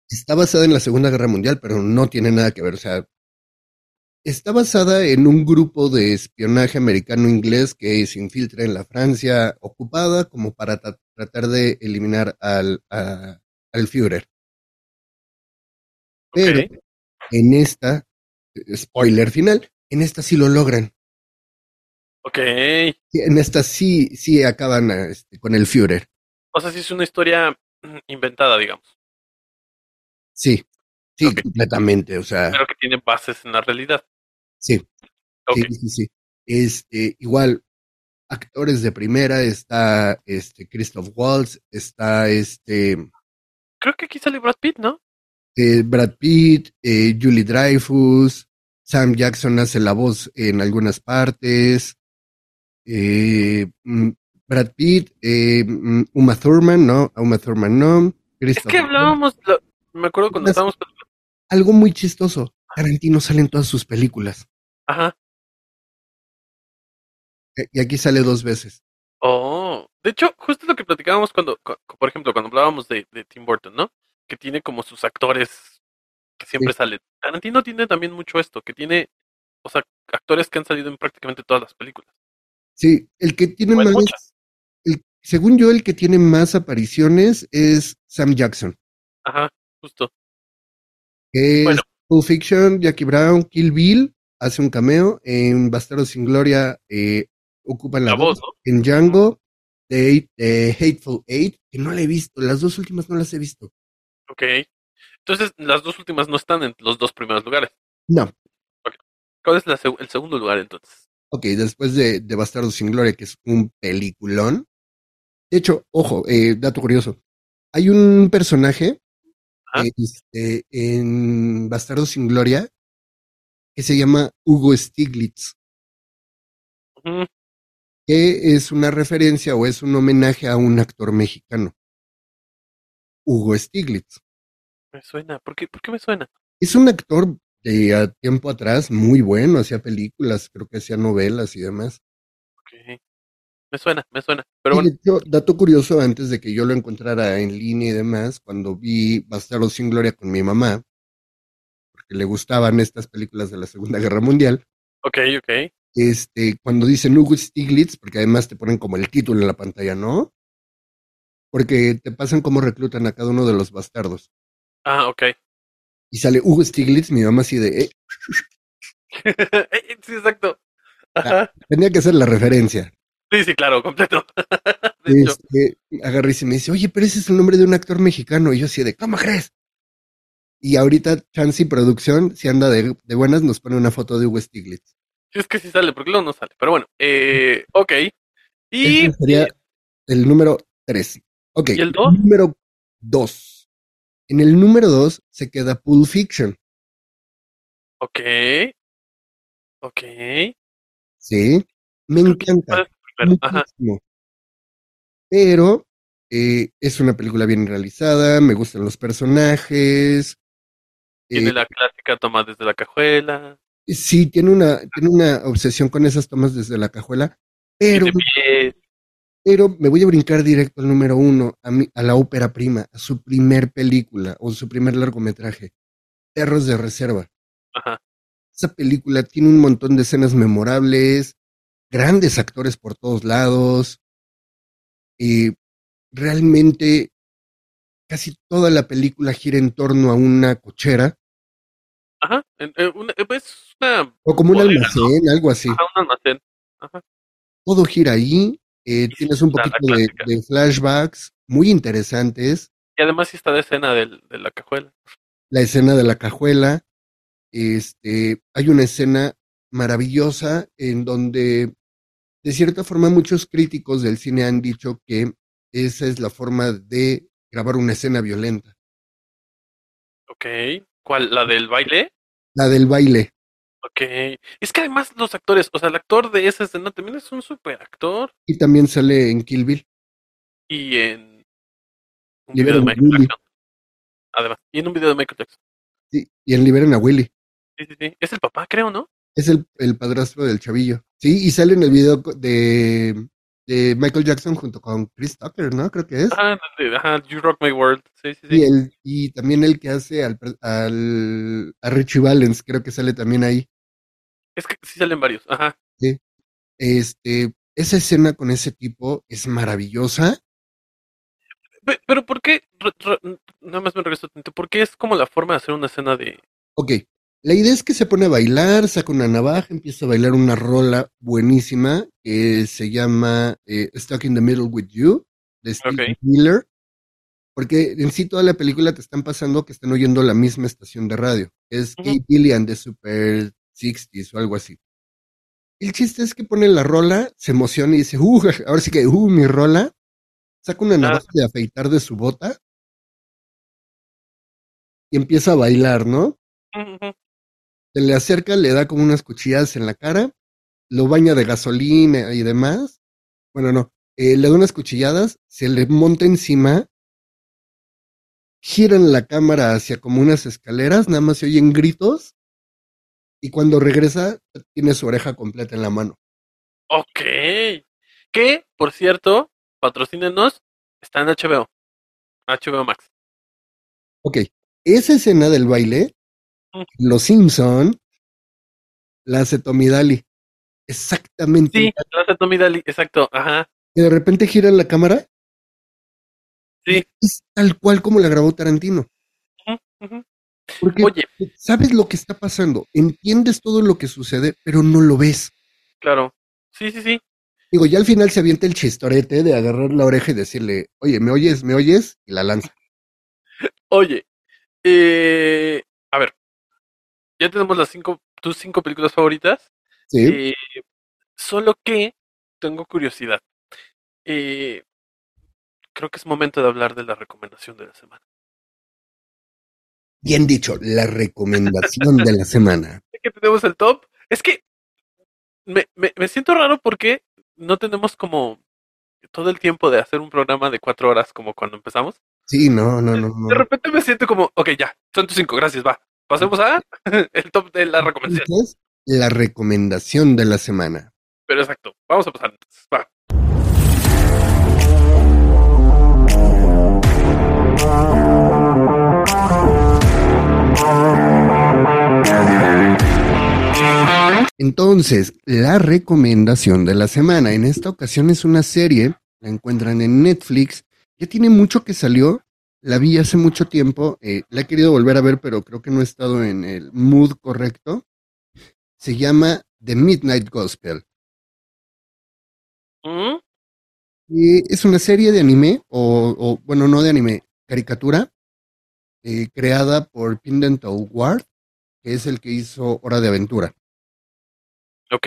S1: Está basada en la Segunda Guerra Mundial, pero no tiene nada que ver. O sea, está basada en un grupo de espionaje americano-inglés que se infiltra en la Francia ocupada como para tra- tratar de eliminar al, a- al Führer.
S2: Ok,
S1: Pero en esta, eh, spoiler final, en esta sí lo logran.
S2: ok.
S1: En esta sí, sí acaban ah, este, con el Führer.
S2: O sea, sí es una historia mm, inventada, digamos,
S1: Sí, sí,
S2: Ok.
S1: completamente. O sea,
S2: pero que tiene bases en la realidad.
S1: sí.
S2: Ok,
S1: Sí, sí, sí. Este, igual, actores de primera, está este Christoph Waltz, está este
S2: creo que aquí sale Brad Pitt, ¿no?
S1: eh, Brad Pitt, eh, Julie Dreyfus, Sam Jackson hace la voz en algunas partes. Eh, mm, Brad Pitt, eh, mm, Uma Thurman, no, a Uma Thurman no.
S2: Es que
S1: Christopher Plummer.
S2: hablábamos, lo- me acuerdo cuando
S1: Las-
S2: estábamos.
S1: Algo muy chistoso. Tarantino sale en todas sus películas.
S2: Ajá.
S1: Eh, Y aquí sale dos veces.
S2: Oh, de hecho, justo lo que platicábamos cuando, cu- cu- por ejemplo, cuando hablábamos de, de Tim Burton, ¿no? Que tiene como sus actores que siempre salen. Tarantino tiene también mucho esto, que tiene, o sea, actores que han salido en prácticamente todas las películas.
S1: Sí, el que tiene
S2: O en
S1: más,
S2: muchas.
S1: según yo, el que tiene más apariciones es Sam Jackson.
S2: Ajá, justo.
S1: Que
S2: Bueno.
S1: es Pulp Fiction, Jackie Brown, Kill Bill, hace un cameo. En Bastardos sin Gloria eh, ocupan la,
S2: La
S1: voz.
S2: voz, ¿no?
S1: En Django, de, de Hateful Eight, que no la he visto. Las dos últimas no las he visto.
S2: Ok. Entonces, las dos últimas no están en los dos primeros lugares.
S1: No.
S2: ¿Cuál es la seg- el segundo lugar entonces?
S1: Ok, después de, de Bastardos sin Gloria, que es un peliculón. De hecho, ojo, eh, dato curioso. Hay un personaje
S2: Ajá.
S1: eh, este, en Bastardos sin Gloria que se llama Hugo Stiglitz,
S2: Ujú.
S1: que es una referencia o es un homenaje a un actor mexicano. Hugo Stiglitz.
S2: Me suena. ¿Por qué, por qué me suena?
S1: Es un actor de a tiempo atrás muy bueno, hacía películas, creo que hacía novelas y demás.
S2: Ok. Me suena, me suena.
S1: Y
S2: Pero bueno,
S1: de hecho, dato curioso, antes de que yo lo encontrara en línea y demás, cuando vi Bastardos sin Gloria con mi mamá, porque le gustaban estas películas de la Segunda Guerra Mundial,
S2: ok, ok.
S1: este, cuando dicen Hugo Stiglitz, porque además te ponen como el título en la pantalla, ¿no? Porque te pasan cómo reclutan a cada uno de los bastardos.
S2: Ah, ok.
S1: Y sale Hugo Stiglitz, mi mamá así de, eh,
S2: Eh, sí, exacto.
S1: Ah.
S2: Ajá.
S1: tenía que hacer la referencia.
S2: Sí, sí, claro, completo. De hecho,
S1: Este, agarré y se me dice, oye, pero ese es el nombre de un actor mexicano. Y yo así de, ¿cómo crees? Y ahorita Chance y producción, si anda de, de buenas, nos pone una foto de Hugo Stiglitz.
S2: sí, es que sí sale, porque luego no sale. Pero bueno, eh, ok. Y,
S1: Ese sería el número 3. Ok.
S2: ¿Y el dos?
S1: Número 2. En el número 2 se queda Pulp Fiction.
S2: ok. Ok.
S1: Sí. Me
S2: Creo que
S1: encanta.
S2: ¿Cuál es el primero? Ajá.
S1: muchísimo. Pero eh, es una película bien realizada, me gustan los personajes.
S2: Tiene
S1: eh,
S2: la clásica toma desde la cajuela.
S1: Sí, tiene una, tiene una obsesión con esas tomas desde la cajuela, pero,
S2: Tiene pies.
S1: pero me voy a brincar directo al número uno, a, mi- a la ópera prima, a su primer película o su primer largometraje, Perros de Reserva.
S2: Ajá.
S1: Esa película tiene un montón de escenas memorables, grandes actores por todos lados, y realmente casi toda la película gira en torno a una cochera
S2: Ajá. en- en una- es una,
S1: o como un
S2: Bodega, ¿no?
S1: almacén, algo así.
S2: ajá, un almacén.
S1: todo gira ahí. eh, tienes un
S2: la- la
S1: poquito de,
S2: clásica.
S1: de flashbacks muy interesantes.
S2: Y además sí está la escena del, de la cajuela.
S1: La escena de la cajuela. Este, hay una escena maravillosa en donde, de cierta forma, muchos críticos del cine han dicho que esa es la forma de grabar una escena violenta.
S2: Ok. ¿Cuál? ¿La del baile?
S1: La del baile.
S2: Ok. Es que además los actores, o sea, el actor de esa escena también es un super actor.
S1: Y también sale en Kill Bill.
S2: y en un
S1: Libera
S2: video de
S1: a
S2: Michael
S1: Willy.
S2: Jackson. Además, y en un video de Michael Jackson.
S1: sí, y en Liberen a Willy.
S2: Sí, sí, sí. Es el papá, creo, ¿no?
S1: Es el, el padrastro del chavillo. Sí, y sale en el video co- de, de Michael Jackson junto con Chris Tucker, ¿no? Creo que es.
S2: Ajá, de- ajá, You Rock My World. Sí, Ah, sí, sí.
S1: Y, el, y también el que hace al, pre- al- a Richie Valens, creo que sale también ahí.
S2: Es que sí salen varios. Ajá.
S1: Este, esa escena con ese tipo es maravillosa.
S2: Pe- Pero ¿por qué? Re- re- Nada más me regreso tanto. ¿Por qué es como la forma de hacer una escena de...
S1: Ok, la idea es que se pone a bailar, saca una navaja, empieza a bailar una rola buenísima que se llama eh, Stuck in the Middle with You, de Steve
S2: Ok.
S1: Miller. Porque en sí toda la película te están pasando que están oyendo la misma estación de radio. Es
S2: Ujú.
S1: Kate Gillian de Super 60s o algo así. El chiste es que pone la rola, se emociona y dice, uh, jaja, ahora sí que, uh, mi rola. Saca
S2: Ah.
S1: una navaja de afeitar de su bota y empieza a bailar, ¿no?
S2: Ujú, ujú.
S1: Se le acerca, le da como unas cuchilladas en la cara, lo baña de gasolina y demás. Bueno, no, eh, le da unas cuchilladas, se le monta encima, giran la cámara hacia como unas escaleras, nada más se oyen gritos. Y cuando regresa, tiene su oreja completa en la mano.
S2: Ok. Que, por cierto, patrocínenos, está en HBO. HBO Max.
S1: Ok, esa escena del baile,
S2: Mm.
S1: Los Simpson, la hace Tommy Daly. Exactamente.
S2: Sí, lo hace Tommy Daly, exacto, ajá.
S1: Y de repente gira la cámara.
S2: Sí.
S1: Es tal cual como la grabó Tarantino.
S2: Ujú, ujú.
S1: Porque
S2: Oye,
S1: sabes lo que está pasando, entiendes todo lo que sucede, pero no lo ves.
S2: claro. Sí, sí, sí.
S1: Digo, ya al final se avienta el chistorete de agarrar la oreja y decirle, oye, ¿me oyes? ¿Me oyes? Y la lanza.
S2: Oye, eh, a ver. Ya tenemos las cinco, tus cinco películas favoritas.
S1: Sí.
S2: Eh, solo que tengo curiosidad. Eh, creo que es momento de hablar de la recomendación de la semana.
S1: Bien dicho, la recomendación de la semana.
S2: Sé que tenemos el top. Es que me, me- me siento raro porque no tenemos como todo el tiempo de hacer un programa de cuatro horas como cuando empezamos.
S1: Sí, no, no, no. no.
S2: De repente me siento como, ok, ya, son tus cinco, gracias, va. Pasemos a el top de la recomendación.
S1: Entonces, la recomendación de la semana.
S2: Pero exacto, vamos a pasar. entonces, Va.
S1: Entonces, la recomendación de la semana. En esta ocasión es una serie, la encuentran en Netflix. Ya tiene mucho que salió, la vi hace mucho tiempo, eh, la he querido volver a ver, pero creo que no he estado en el mood correcto. Se llama The Midnight Gospel.
S2: Mm,
S1: Eh, es una serie de anime, o, o, bueno, no de anime, caricatura, eh, creada por Pendleton Ward, que es el que hizo Hora de Aventura.
S2: Ok,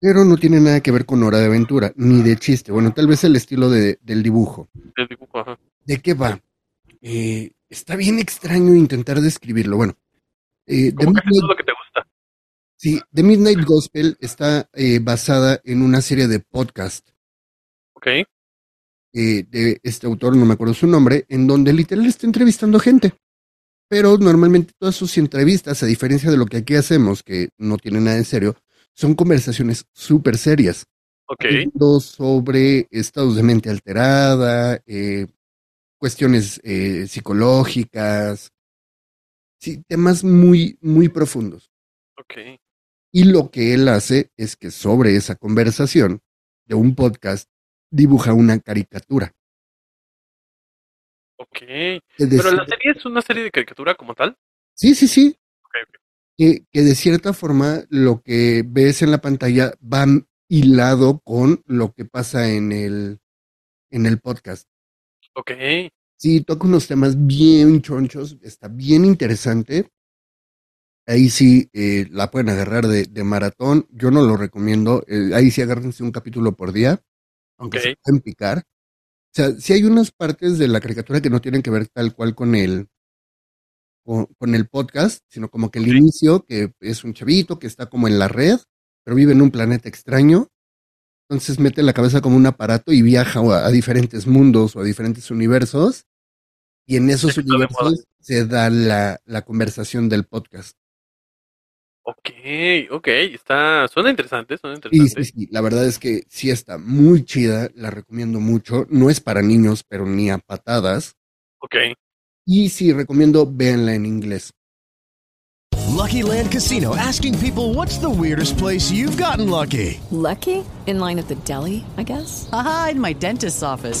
S1: Pero no tiene nada que ver con Hora de Aventura, ni de chiste. Bueno, tal vez el estilo de- del dibujo.
S2: el dibujo, ajá.
S1: ¿De qué va? Eh, está bien extraño intentar describirlo. Bueno, eh, The
S2: Como casi todo
S1: Midnight
S2: lo que te gusta.
S1: Sí, The Midnight Gospel está eh, basada en una serie de podcast
S2: Ok,
S1: eh, de este autor, no me acuerdo su nombre, en donde literal está entrevistando gente. Pero normalmente todas sus entrevistas, a diferencia de lo que aquí hacemos, que no tiene nada en serio, son conversaciones súper serias.
S2: ok,
S1: hablando sobre estados de mente alterada, eh, cuestiones eh, psicológicas, sí, temas muy, muy profundos.
S2: ok.
S1: Y lo que él hace es que sobre esa conversación de un podcast dibuja una caricatura.
S2: Ok.
S1: Es
S2: Pero
S1: decir,
S2: la serie es una serie de caricatura como tal.
S1: sí, sí, sí.
S2: Ok, ok.
S1: Que, que de cierta forma lo que ves en la pantalla va hilado con lo que pasa en el, en el podcast.
S2: Ok,
S1: Sí, toca unos temas bien chonchos, está bien interesante. Ahí sí eh, la pueden agarrar de, de maratón, yo no lo recomiendo. eh, ahí sí agárrense un capítulo por día, aunque se
S2: Ok.
S1: pueden picar. O sea, sí hay unas partes de la caricatura que no tienen que ver tal cual con el, con, con el podcast, sino como que el inicio, que es un chavito que está como en la red, pero vive en un planeta extraño. Entonces mete la cabeza como un aparato y viaja a, a diferentes mundos o a diferentes universos. Y en esos
S2: Eso está de
S1: universos se da la, la conversación del podcast.
S2: ok, ok. Está, suena interesante, suena
S1: Y
S2: interesante.
S1: sí, sí, la verdad es que sí está muy chida, la recomiendo mucho. No es para niños, pero ni a patadas.
S2: Ok,
S1: Y sí, recomiendo véanla en inglés.
S4: Lucky Land Casino asking people what's the weirdest place you've gotten lucky?
S6: Lucky? In line at the deli, I guess?
S7: Aha, in my dentist's office.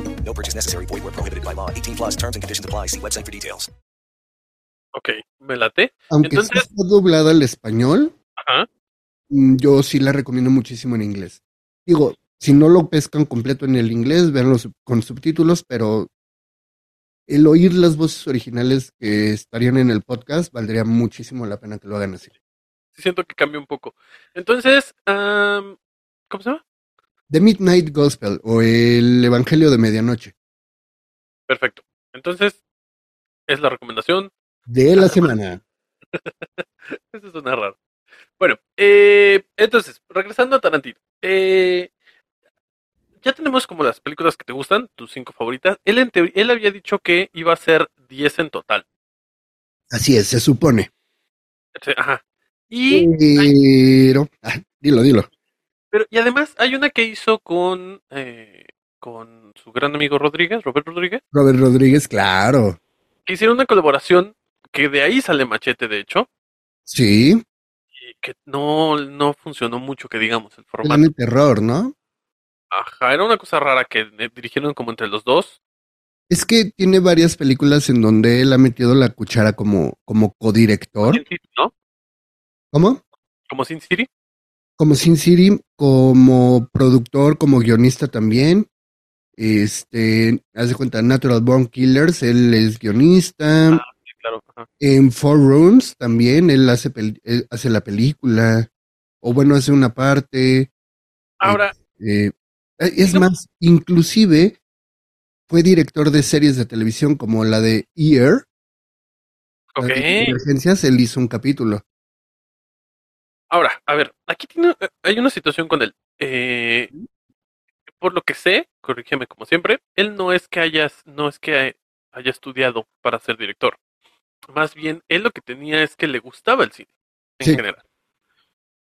S8: No purchase necessary. Void where prohibited by law. 18 plus terms and conditions apply. See website for details.
S2: Ok, me late.
S1: Aunque sí
S2: Entonces,
S1: está doblada al español,
S2: ajá,
S1: mm, yo sí la recomiendo muchísimo en inglés. Digo, si no lo pescan completo en el inglés, véanlo sub- con subtítulos, pero el oír las voces originales que estarían en el podcast valdría muchísimo la pena que lo hagan así.
S2: sí siento que cambia un poco. Entonces, am, ¿cómo se llama?
S1: The Midnight Gospel o el Evangelio de Medianoche
S2: Perfecto. Entonces, es la recomendación.
S1: de la semana.
S2: Eso suena raro. Bueno, eh, entonces, regresando a Tarantino. eh, ya tenemos como las películas que te gustan, tus cinco favoritas. Él, en teoría- él había dicho que iba a ser 10 en total.
S1: Así es, se supone.
S2: Este, Ajá. Y,
S1: Pero, ah, dilo, dilo.
S2: pero, y además hay una que hizo con, eh, con su gran amigo Rodríguez, Robert Rodríguez,
S1: Robert Rodríguez, claro.
S2: que hicieron una colaboración que de ahí sale Machete, de hecho,
S1: Sí,
S2: y que no, no funcionó mucho, que digamos, el formato.
S1: el terror, ¿no?
S2: Ajá, era una cosa rara que eh, dirigieron como entre los dos.
S1: Es que tiene varias películas en donde él ha metido la cuchara como, como codirector.
S2: Sin City, ¿no?
S1: ¿Cómo?
S2: Como Sin City.
S1: Como Sin City, como productor, como guionista también. Este, haz de cuenta, Natural Born Killers, él es guionista.
S2: Sí, claro. ajá.
S1: En Four Rooms también él hace, pel- él hace la película. O bueno, hace una parte.
S2: Ahora,
S1: Eh, es más, inclusive fue director de series de televisión como la de Ear. la
S2: ok.
S1: de Emergencias, él hizo un capítulo.
S2: Ahora, a ver, aquí tiene, eh, hay una situación con él. Eh, por lo que sé, corrígeme como siempre, él no es que hayas, no es que haya estudiado para ser director. Más bien, él lo que tenía es que le gustaba el cine, en
S1: Sí.
S2: general.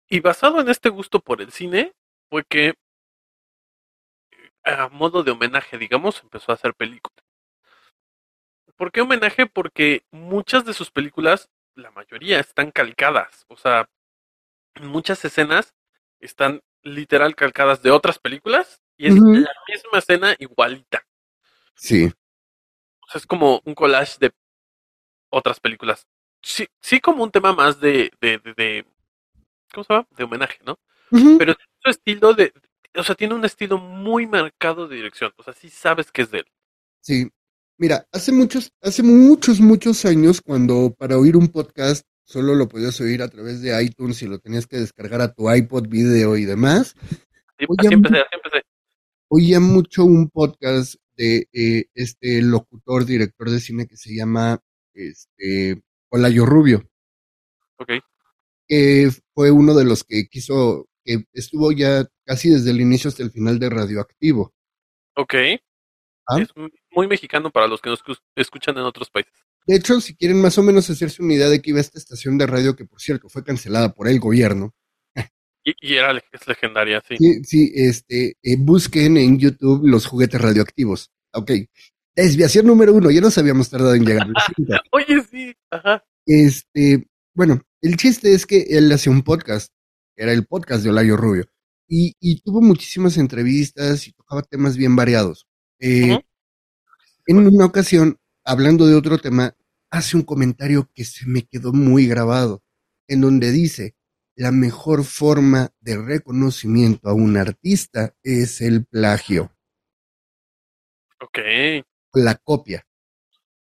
S2: Y basado en este gusto por el cine, fue que, eh, a modo de homenaje, digamos, empezó a hacer películas. ¿Por qué homenaje? Porque muchas de sus películas, la mayoría, están calcadas. O sea, muchas escenas están literal calcadas de otras películas y es
S1: Ujú.
S2: la misma escena igualita.
S1: Sí.
S2: O sea, es como un collage de otras películas. Sí, sí como un tema más de, de, de, de- ¿cómo se llama? De homenaje, ¿no?
S1: Ujú.
S2: Pero tiene su estilo de, o sea, tiene un estilo muy marcado de dirección. O sea, sí sabes que es de él.
S1: Sí. Mira, hace muchos, hace muchos, muchos años, cuando para oír un podcast solo lo podías oír a través de iTunes y lo tenías que descargar a tu iPod video y demás,
S2: Así,
S1: Oye,
S2: así empecé,
S1: mu-
S2: así empecé.
S1: oía mucho un podcast de eh, este locutor, director de cine que se llama este, Olayo Rubio.
S2: Ok,
S1: que fue uno de los que quiso, que estuvo ya casi desde el inicio hasta el final de Radioactivo.
S2: ok.
S1: Ah.
S2: Es muy mexicano para los que nos cus- escuchan en otros países.
S1: De hecho, si quieren más o menos hacerse una idea de que iba esta estación de radio, que por cierto fue cancelada por el gobierno,
S2: Y, y era, le- es legendaria, sí.
S1: sí, sí, este, eh, busquen en YouTube los juguetes radioactivos. Ok. Desviación número uno, ya nos habíamos tardado en llegar. lo siento.
S2: Oye, sí, ajá.
S1: Este, bueno, el chiste es que él hacía un podcast, era el podcast de Olayo Rubio, y, y tuvo muchísimas entrevistas y tocaba temas bien variados. Eh,
S2: Ujú.
S1: En una ocasión, hablando de otro tema, hace un comentario que se me quedó muy grabado, en donde dice, la mejor forma de reconocimiento a un artista es el plagio,
S2: Ok.
S1: la copia.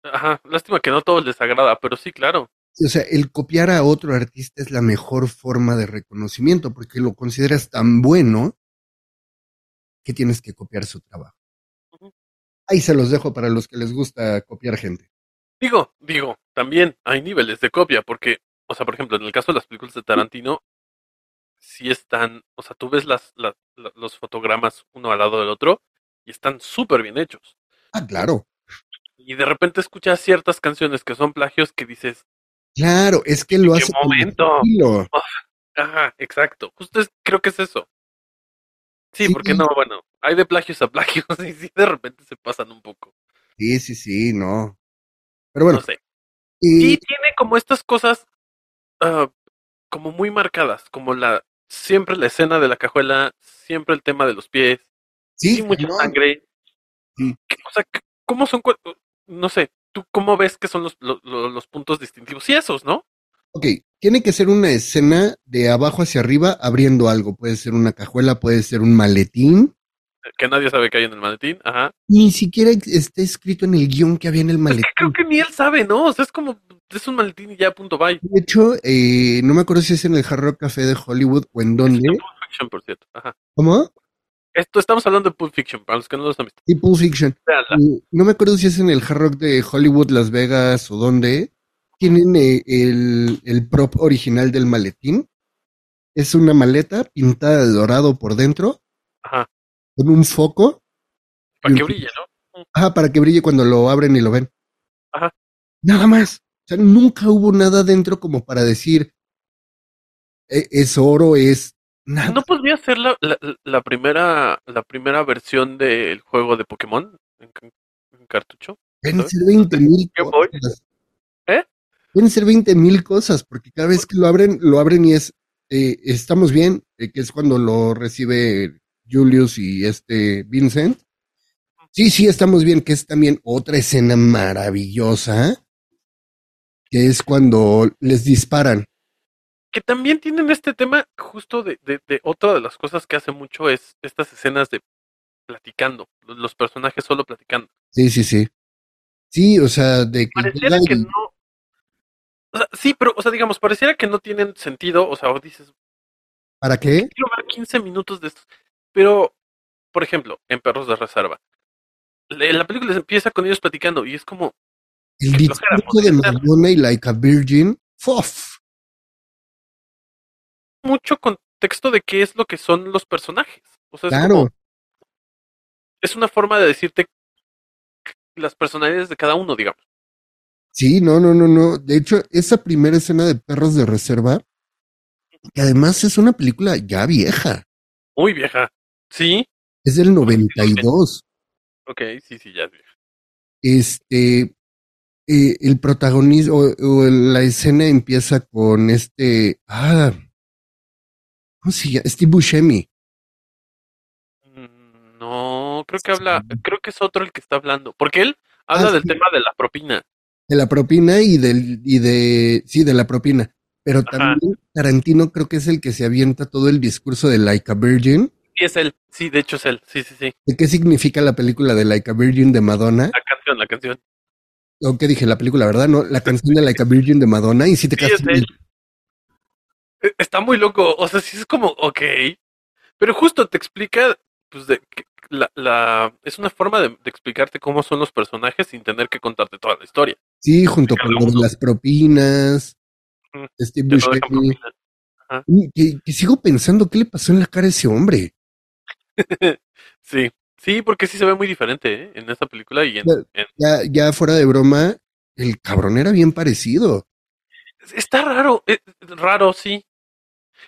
S2: Ajá, lástima que no a todos les agrada, pero sí, claro.
S1: O sea, el copiar a otro artista es la mejor forma de reconocimiento porque lo consideras tan bueno que tienes que copiar su trabajo.
S2: Ujú.
S1: Ahí se los dejo para los que les gusta copiar gente.
S2: Digo, digo, también hay niveles de copia, porque, o sea, por ejemplo, en el caso de las películas de Tarantino, sí están, o sea, tú ves las, las- la- los fotogramas uno al lado del otro y están súper bien hechos.
S1: Ah, claro.
S2: Y de repente escuchas ciertas canciones que son plagios que dices,
S1: Claro, es que lo
S2: ¿En qué
S1: hace con
S2: momento?
S1: estilo.
S2: ajá, exacto, justo es- creo que es eso.
S1: Sí.
S2: Sí, porque no, bueno, hay de plagios a plagios y sí, de repente se pasan un poco.
S1: Sí, sí, sí, no. Pero bueno.
S2: No sé. Y tiene como estas cosas ah, como muy marcadas, como la siempre la escena de la cajuela, siempre el tema de los pies,
S1: Sí,
S2: sí, mucha
S1: no.
S2: sangre.
S1: Sí.
S2: ¿Qué- O sea, qué- ¿cómo son? cu- No sé, ¿tú cómo ves que son los, lo- lo- los puntos distintivos? Y esos, ¿no?
S1: Ok, tiene que ser una escena de abajo hacia arriba abriendo algo. Puede ser una cajuela, puede ser un maletín.
S2: Que nadie sabe que hay en el maletín. Ajá.
S1: Ni siquiera ex- está escrito en el guión que había en el maletín.
S2: Creo que ni él sabe, ¿no? O sea, es como, es un maletín y ya, punto, bye.
S1: De hecho, eh, no me acuerdo si es en el Hard Rock Café de Hollywood o en dónde.
S2: Pulp Fiction, por cierto. Ajá.
S1: ¿Cómo?
S2: Esto estamos hablando de Pulp Fiction, para los que no los han visto.
S1: Y Pulp Fiction.
S2: Véanla.
S1: Eh, No me acuerdo si es en el Hard Rock de Hollywood, Las Vegas o dónde. Tienen eh, el, el prop original del maletín. Es una maleta pintada de dorado por dentro,
S2: Ajá.
S1: con un foco.
S2: Para
S1: y
S2: que
S1: un-
S2: brille, ¿no?
S1: Ajá, para que brille cuando lo abren y lo ven.
S2: Ajá.
S1: Nada más. O sea, nunca hubo nada dentro como para decir "E- es oro, es nada.
S2: ¿No podría ser la, la, la primera la primera versión del juego de Pokémon en, ca- en cartucho?
S1: Pueden ser 20 mil
S2: Game Boy.
S1: cosas.
S2: ¿Eh? Pues
S1: Pueden ser 20 mil cosas, porque cada vez que lo abren, lo abren y es, eh, estamos bien, eh, que es cuando lo recibe Julius y este Vincent. Sí, sí, estamos bien, que es también otra escena maravillosa, que es cuando les disparan.
S2: Que también tienen este tema justo de, de, de otra de las cosas que hace mucho es estas escenas de platicando, los- los personajes solo platicando.
S1: Sí, sí, sí. Sí, o sea, de que...
S2: Pareciera que no. O sea, sí, pero, o sea, digamos, pareciera que no tienen sentido. O sea, o dices,
S1: ¿Para qué?
S2: quiero ver 15 minutos de estos. Pero, por ejemplo, en Perros de Reserva, le- la película empieza con ellos platicando y es como,
S1: El
S2: Qué
S1: discurso
S2: flojera,
S1: de
S2: podría ser.
S1: Madonna y Like a Virgin. ¡Fof!
S2: mucho contexto de qué es lo que son los personajes. O sea, es,
S1: Claro,
S2: Pues como- es una forma de decirte las personalidades de cada uno, digamos.
S1: sí, no, no, no, no. De hecho, esa primera escena de Perros de Reserva, que además es una película ya vieja,
S2: Muy vieja. Ah, Sí.
S1: es del 92.
S2: Ok, sí, sí, ya es vieja.
S1: Este, eh, el protagonista o, o la escena empieza con este, ah, ¿cómo se llama? Steve Buscemi.
S2: Mm, No, creo que habla, creo que es otro el que está hablando. Porque él habla
S1: Ah,
S2: del
S1: sí.
S2: tema de la propina.
S1: De la propina y del, y de, sí, de la propina. Pero
S2: Ajá.
S1: también Tarantino creo que es el que se avienta todo el discurso de Like a Virgin,
S2: Sí, es él. Sí, de hecho es él. Sí, sí, sí.
S1: de qué significa la película de Like a Virgin de Madonna.
S2: La canción, la canción.
S1: ¿O qué dije? La película, ¿verdad? No, la canción de Like a Virgin de Madonna y si te
S2: Sí, es
S1: quedas
S2: él. Eh, Está muy loco. O sea, sí es como, ok. Pero justo te explica, pues, de, que la, la, es una forma de, de explicarte cómo son los personajes sin tener que contarte toda la historia.
S1: Sí, junto con
S2: Cada
S1: lo de
S2: uno.
S1: las propinas,
S2: Ujú.
S1: este
S2: Te lo dejan
S1: Buscemi.
S2: propina. Ajá.
S1: Y Que, que sigo pensando qué le pasó en la cara a ese hombre.
S2: Sí, sí, porque sí se ve muy diferente ¿eh? en esta película y en,
S1: Claro.
S2: en-
S1: Ya, ya fuera de broma, el cabrón era bien parecido.
S2: Está raro, eh, raro, sí.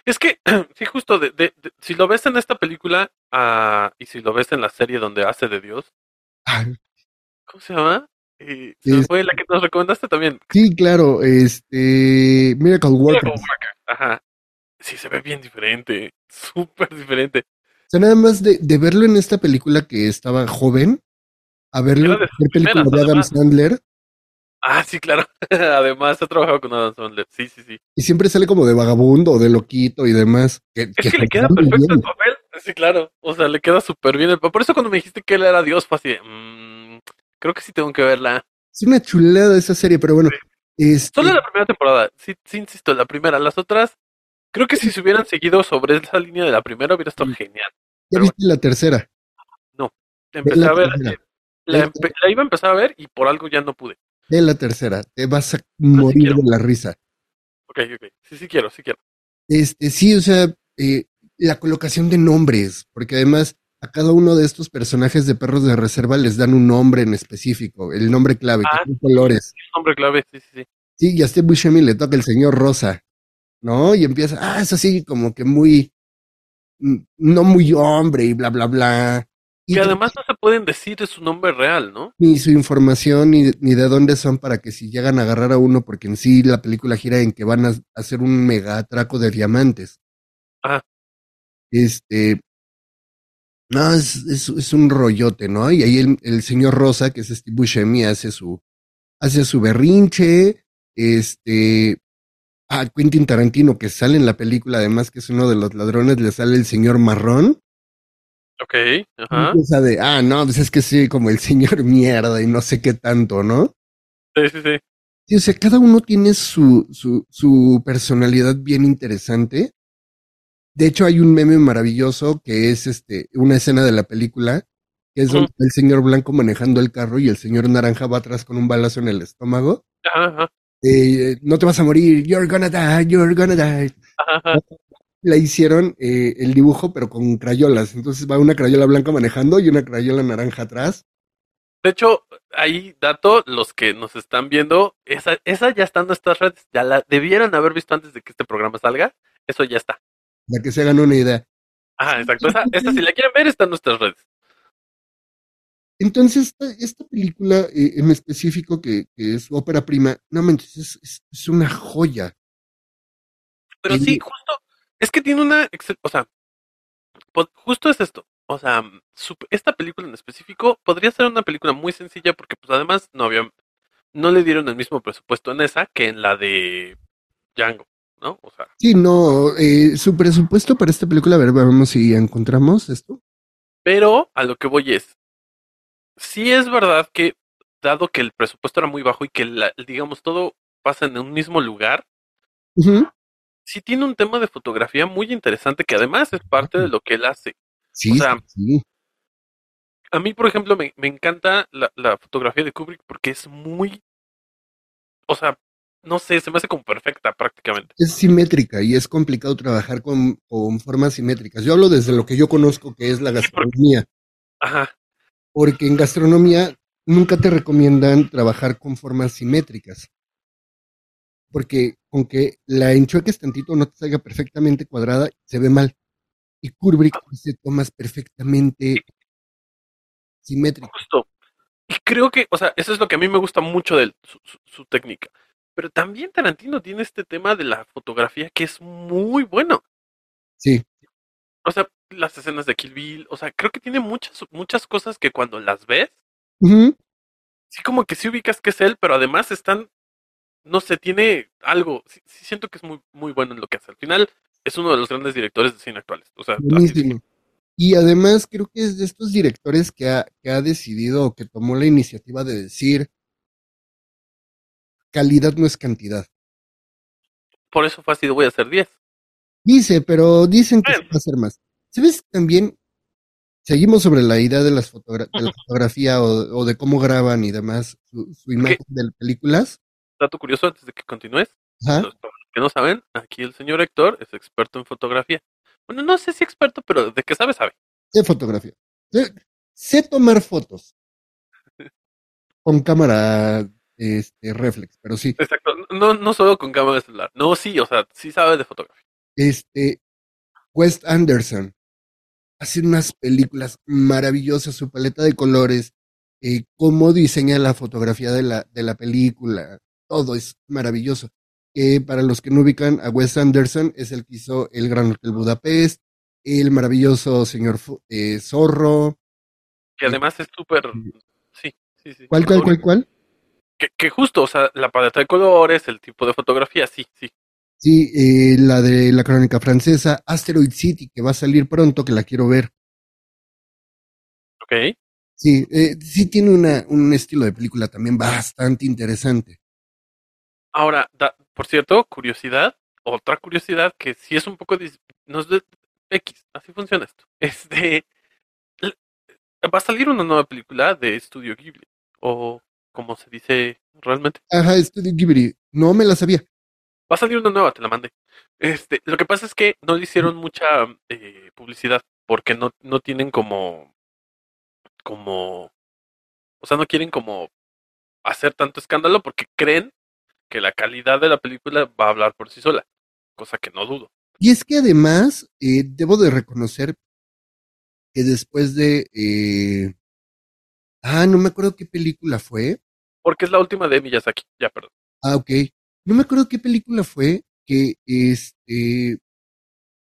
S2: Es que, sí, justo, de, de- de- si lo ves en esta película ah, y si lo ves en la serie donde hace de Dios,
S1: Ah,
S2: ¿cómo se llama? Eh, se me
S1: Es-
S2: fue la que nos recomendaste también.
S1: Sí, claro, este Miracle Worker.
S2: Miracle Worker, Ajá. Sí, se ve bien diferente, súper diferente.
S1: O sea, nada más de, de verlo en esta película que estaba joven, a verlo
S2: Era
S1: en
S2: de sus
S1: la película
S2: primeras,
S1: de Adam
S2: además.
S1: Sandler,
S2: Ah, sí, claro. Además, ha trabajado con Adam Sandler. Sí, sí, sí.
S1: y siempre sale como de vagabundo, de loquito y demás.
S2: Es que
S1: se
S2: le queda
S1: ve muy
S2: perfecto el
S1: bien.
S2: papel. Sí, claro. O sea, le queda súper bien el papel. Por eso cuando me dijiste que él era Dios, fue así, de, "Mm, creo que sí tengo que verla.
S1: Es una chulada esa serie, pero bueno. Este,
S2: Solo la primera temporada, sí, sí, insisto, la primera. Las otras, creo que si se hubieran seguido sobre esa línea de la primera hubiera estado genial.
S1: ¿Ya
S2: pero
S1: viste la tercera?
S2: Empecé
S1: la
S2: a ver,
S1: primera.
S2: eh, la,
S1: Ve-
S2: empe- la iba a empezar a ver y por algo ya no pude.
S1: Ve la tercera. Te vas a morir
S2: quiero.
S1: de la risa.
S2: Ok, ok. Sí, sí quiero, sí quiero.
S1: Este, sí, o sea, eh, la colocación de nombres, porque además a cada uno de estos personajes de perros de reserva les dan un nombre en específico, el nombre clave,
S2: Ah.
S1: que son colores.
S2: Hombre clave, sí, sí, sí.
S1: Sí, y a Steve Buscemi le toca el señor Rosa, ¿no? Y empieza, ah, es así como que muy, mm, no muy hombre y bla, bla, bla.
S2: Y además no se pueden decir su nombre real, ¿no?
S1: Ni su información, ni, ni de dónde son para que si llegan a agarrar a uno, porque en sí la película gira en que van a hacer un mega atraco de diamantes.
S2: Ah.
S1: Este. No, es, es, es un rollote, ¿no? Y ahí el, el señor Rosa, que es Steve Buscemi, hace su, hace su berrinche. Este. A Quentin Tarantino, que sale en la película, además que es uno de los ladrones, le sale el señor marrón.
S2: Ok, ajá.
S1: Cosa de, ah, no, pues es que sí, como el señor mierda y no sé qué tanto, ¿no?
S2: Sí, sí, sí.
S1: Sí, o sea, cada uno tiene su, su, su personalidad bien interesante. De hecho, hay un meme maravilloso que es este, una escena de la película, que es donde está el señor blanco manejando el carro y el señor naranja va atrás con un balazo en el estómago.
S2: Ajá, ajá.
S1: Eh, no te vas a morir, you're gonna die, you're gonna die.
S2: Ajá, ajá.
S1: La hicieron eh, el dibujo, pero con crayolas. Entonces va una crayola blanca manejando y una crayola naranja atrás.
S2: De hecho, ahí, dato, los que nos están viendo, esa, esa ya está en nuestras redes. Ya la debieran haber visto antes de que este programa salga. Eso ya está.
S1: La que se hagan una idea.
S2: Ajá, exacto. Esa, esa, si la quieren ver, está en nuestras redes.
S1: Entonces, esta, esta película eh, en específico, que, que, es ópera prima, no manches, es, es, es una joya.
S2: Pero sí, justo, es que tiene una, excel- o sea, po- justo es esto, o sea, su- esta película en específico podría ser una película muy sencilla porque pues además no había, no le dieron el mismo presupuesto en esa que en la de Django, ¿no? O sea.
S1: Sí, no, eh, su presupuesto para esta película, a ver, vamos si encontramos esto.
S2: Pero a lo que voy es, sí es verdad que dado que el presupuesto era muy bajo y que la, digamos todo pasa en un mismo lugar,
S1: Ujú.
S2: sí tiene un tema de fotografía muy interesante que además es parte de lo que él hace.
S1: Sí,
S2: O sea,
S1: sí.
S2: A mí, por ejemplo, me, me encanta la, la fotografía de Kubrick porque es muy, o sea, no sé, se me hace como perfecta prácticamente.
S1: Es simétrica y es complicado trabajar con, con formas simétricas. Yo hablo desde lo que yo conozco, que es la gastronomía,
S2: Ajá,
S1: porque en gastronomía nunca te recomiendan trabajar con formas simétricas. Porque con que la enchueques tantito no te salga perfectamente cuadrada, se ve mal. Y Kubrick hace tomas perfectamente simétricas.
S2: justo. Y creo que, o sea, eso es lo que a mí me gusta mucho de él, su, su- su técnica. Pero también Tarantino tiene este tema de la fotografía que es muy bueno.
S1: Sí,
S2: O sea, las escenas de Kill Bill, o sea, creo que tiene muchas, muchas cosas que cuando las ves,
S1: Ujú.
S2: sí como que sí ubicas que es él, pero además están, no sé, tiene algo, sí, sí siento que es muy, muy bueno en lo que hace. Al final es uno de los grandes directores de cine actuales. O sea, así de-
S1: buenísimo. Y además creo que es de estos directores que ha, que ha decidido o que tomó la iniciativa de decir, calidad no es cantidad.
S2: por eso fue así de voy a hacer 10.
S1: Dice, pero dicen que se
S2: Bueno.
S1: va a hacer más. ¿Sabes? También seguimos sobre la idea de, las fotogra- de la fotografía o, o de cómo graban y demás su, su imagen de las películas.
S2: Dato curioso antes de que continúes,
S1: Ajá.
S2: los que no saben, aquí el señor Héctor es experto en fotografía. Bueno, no sé si experto, pero de que sabe, sabe.
S1: Sé fotografía. Sé, sé tomar fotos con cámara este, reflex, pero sí.
S2: Exacto. No, no solo con cámara de celular. No, sí, o sea, sí sabe de fotografía.
S1: Este, Wes Anderson hace unas películas maravillosas, su paleta de colores, eh, cómo diseña la fotografía de la, de la película, todo es maravilloso. Eh, para los que no ubican a Wes Anderson, es el que hizo El Gran Hotel Budapest, El Maravilloso Señor Fu- eh, Zorro.
S2: Que además es súper. Sí, sí, sí.
S1: ¿Cuál, cuál, cuál, cuál?
S2: Que, que justo, o sea, la paleta de colores, el tipo de fotografía, sí, sí.
S1: Sí, eh, la de la crónica francesa, Asteroid City, que va a salir pronto, que la quiero ver.
S2: Ok.
S1: Sí, eh, sí tiene una, un estilo de película también bastante interesante.
S2: Ahora, da- por cierto, curiosidad, otra curiosidad que sí es un poco dis- no es de X, así funciona esto. Este l- va a salir una nueva película de Estudio Ghibli o como se dice realmente.
S1: Ajá, Studio Ghibli. No me la sabía.
S2: Va a salir una nueva, te la mandé. Este, lo que pasa es que no le hicieron mucha eh, publicidad porque no no tienen como como o sea, no quieren como hacer tanto escándalo porque creen que la calidad de la película va a hablar por sí sola, cosa que no dudo.
S1: Y es que además, eh, debo de reconocer que después de... eh, ah, no me acuerdo qué película fue.
S2: Porque es la última de Miyazaki. Ya, perdón.
S1: Ah, ok. No me acuerdo qué película fue que este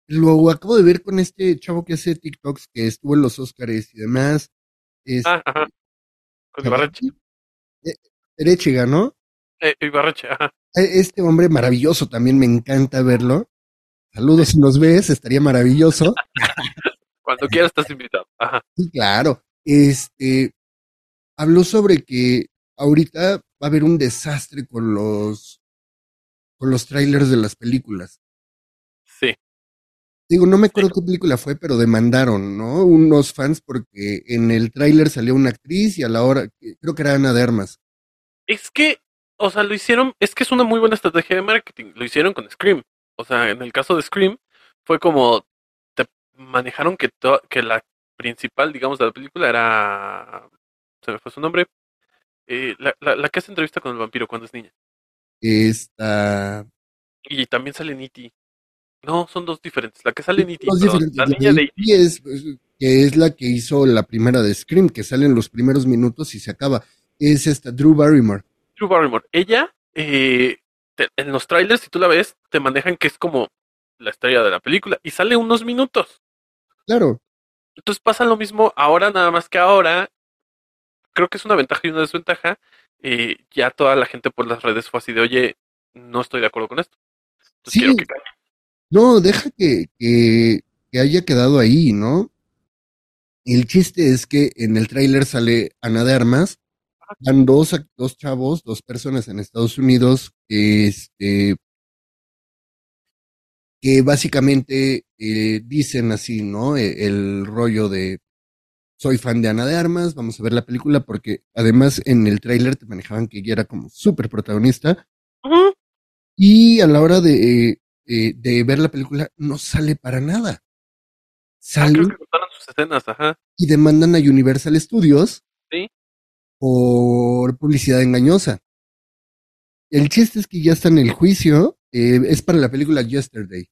S1: lo acabo de ver con este chavo que hace TikToks que estuvo en los Oscars y demás. Este, Es
S2: Ah, ajá. Con Ibarreche.
S1: eh, Erechega, ¿no?
S2: Eh, Ibarreche, ajá.
S1: E- Este hombre maravilloso también me encanta verlo. Saludos si nos ves, estaría maravilloso.
S2: Cuando quieras estás invitado. Ajá.
S1: Sí, claro. Este habló sobre que ahorita va a haber un desastre con los con los trailers de las películas.
S2: Sí.
S1: Digo, no me acuerdo qué película fue, pero demandaron, ¿no? Unos fans porque en el tráiler salió una actriz y a la hora, creo que era Ana de Armas.
S2: Es que, o sea, lo hicieron, es que es una muy buena estrategia de marketing. Lo hicieron con Scream. O sea, en el caso de Scream, fue como te manejaron que, to- que la principal, digamos, de la película era. Se me fue su nombre. eh, la, la- la que hace entrevista con el vampiro cuando es niña.
S1: Esta,
S2: Y también sale en E.T. No, son dos diferentes. La que sale en E.T.,
S1: dos
S2: perdón,
S1: diferentes
S2: La
S1: de
S2: niña de E.T.
S1: E.T. es, pues, que es la que hizo la primera de Scream, que sale en los primeros minutos y se acaba. Es esta Drew Barrymore.
S2: Drew Barrymore. Ella, eh, te- en los trailers, si tú la ves, te manejan que es como la estrella de la película. Y sale unos minutos.
S1: Claro,
S2: Entonces pasa lo mismo ahora, nada más que ahora. Creo que es una ventaja y una desventaja. eh, ya toda la gente por las redes fue así de, oye, no estoy de acuerdo con esto. Entonces
S1: Sí.
S2: quiero que cambie.
S1: No, deja que, que, que haya quedado ahí, ¿no? El chiste es que en el tráiler sale Ana de Armas, van dos, ac- dos chavos, dos personas en Estados Unidos, este, que básicamente eh, dicen así, ¿no? E- El, rollo de soy fan de Ana de Armas, vamos a ver la película, porque además en el tráiler te manejaban que ella era como súper protagonista.
S2: Ujú. Ah,
S1: Y a la hora de, eh, eh, de ver la película no sale para nada.
S2: Ah,
S1: Sale
S2: creo que cortaron sus escenas, ajá.
S1: y demandan a Universal Studios
S2: Sí.
S1: por publicidad engañosa. El chiste es que ya está en el juicio, eh, es para la película Yesterday.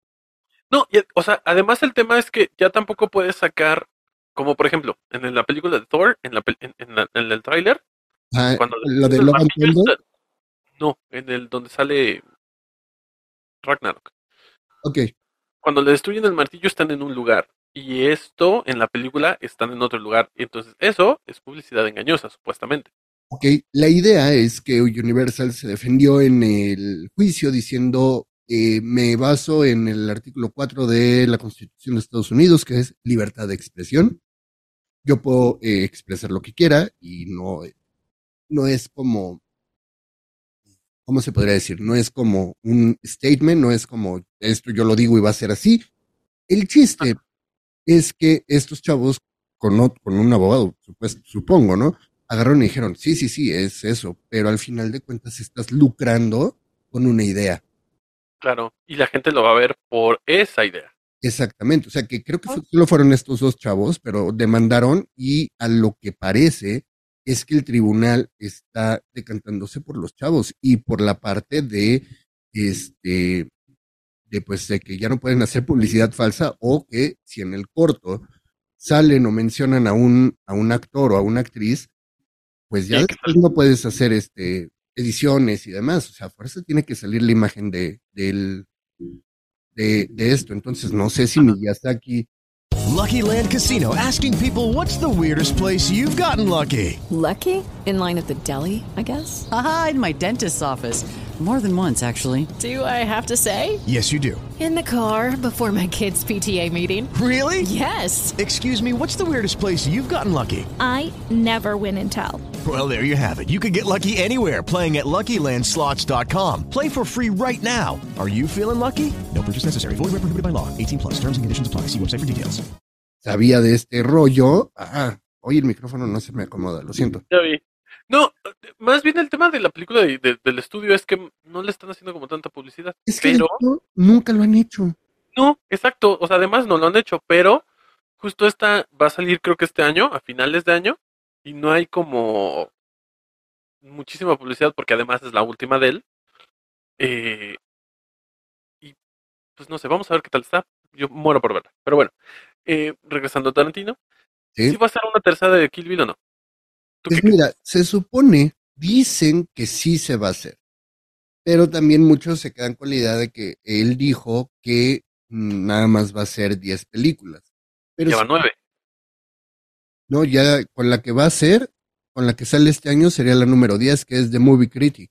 S2: No, y- o sea, además el tema es que ya tampoco puedes sacar, como por ejemplo, en la película de Thor, en, la, pel- en, en la- en el tráiler,
S1: Ah,
S2: cuando
S1: la de
S2: el
S1: Love and
S2: martillo
S1: Thunder.
S2: está- No, en el donde sale Ragnarok.
S1: Ok,
S2: cuando le destruyen el martillo están en un lugar y esto en la película están en otro lugar. Entonces eso es publicidad engañosa, supuestamente.
S1: ok. La idea es que Universal se defendió en el juicio diciendo, eh, me baso en el artículo 4 de la Constitución de Estados Unidos, que es libertad de expresión. Yo puedo eh, expresar lo que quiera y no, no es como ¿cómo se podría decir? No es como un statement, no es como esto yo lo digo y va a ser así. El chiste es que estos chavos, con, o- con un abogado, supues- supongo, ¿no? Agarraron y dijeron, sí, sí, sí, es eso, pero al final de cuentas estás lucrando con una idea.
S2: Claro. Y la gente lo va a ver por esa idea.
S1: Exactamente, o sea que creo que fue- solo fueron estos dos chavos, pero demandaron y a lo que parece es que el tribunal está decantándose por los chavos y por la parte de este de pues de que ya no pueden hacer publicidad falsa o que si en el corto salen o mencionan a un a un actor o a una actriz, pues ya
S2: Tiene que
S1: después no puedes hacer este ediciones y demás, o sea, por eso tiene que salir la imagen de del de, de esto. Entonces, no sé si Miyazaki.
S4: Lucky Land Casino asking people what's the weirdest place you've gotten lucky?
S6: Lucky? In line at the deli, I guess?
S7: Aha, in my dentist's office. More than once, actually.
S6: Do I have to say?
S4: Yes, you do.
S6: In the car before my kids' PTA meeting.
S4: Really?
S6: Yes.
S4: Excuse me, what's the weirdest place you've gotten lucky?
S9: I never win and tell.
S4: Well, there you have it. You can get lucky anywhere playing at LuckyLandSlots.com. Play for free right now. Are you feeling lucky? No purchase necessary. Void where prohibited by law. 18 plus. Terms and conditions apply. See website for details.
S1: Sabía de este rollo. Ah, hoy el micrófono no se me acomoda, lo siento.
S2: Ya vi. No, más bien el tema de la película de- de- del estudio es que no le están haciendo como tanta publicidad.
S1: Es que de
S2: pero
S1: hecho, nunca lo han hecho.
S2: no, exacto. O sea, además no lo han hecho, pero justo esta va a salir creo que este año, a finales de año, y no hay como muchísima publicidad porque además es la última de él. Eh, y pues no sé, vamos a ver qué tal está. Yo muero por verla. Pero bueno, eh, regresando a Tarantino, si va a ser una tercera de Kill Bill o no.
S1: Pues mira, se supone, dicen que sí se va a hacer, pero también muchos se quedan con la idea de que él dijo que mm, nada más va a ser 10 películas. Pero
S2: Lleva
S1: sí-
S2: nueve.
S1: No, ya con la que va a ser, con la que sale este año sería la número 10, que es The Movie Critic.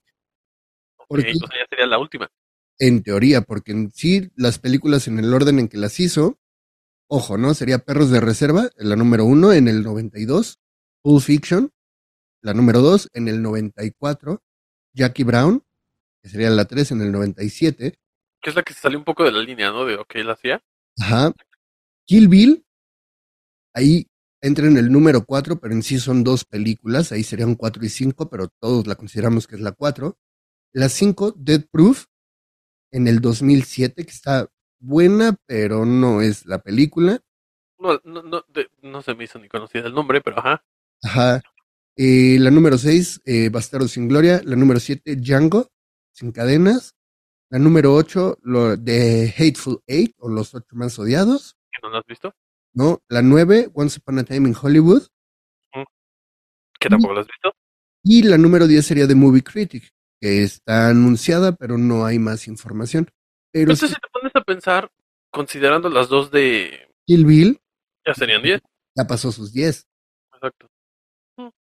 S2: Ok, o sea, ya sería la última.
S1: En teoría, porque en sí las películas en el orden en que las hizo, ojo, ¿no? Sería Perros de Reserva, en la número uno en el 92, Pulp Fiction, la número dos en el 94, Jackie Brown, que sería la tres en el 97,
S2: Que es la que se salió un poco de la línea, ¿no? De, ok, la hacía.
S1: ajá, Kill Bill, ahí entra en el número cuatro, pero en sí son dos películas, ahí serían cuatro y cinco, pero todos la consideramos que es la cuatro. La cinco, Dead Proof, en el 2007, que está buena, pero no es la película.
S2: No, no, no, de- no se me hizo ni conocida el nombre, pero ajá.
S1: Ajá. Eh, la número 6, eh, Bastardo sin Gloria. La número 7, Django, sin cadenas. La número 8, The Hateful Eight, o Los Ocho Más Odiados.
S2: ¿Que no la has visto?
S1: ¿no? La 9, Once Upon a Time in Hollywood.
S2: Que tampoco la has visto.
S1: Y la número 10 sería The Movie Critic, que está anunciada, pero no hay más información. Pero
S2: Entonces, si te pones a pensar, considerando las dos de...
S1: Kill Bill
S2: Ya serían diez.
S1: ya pasó sus 10.
S2: Exacto.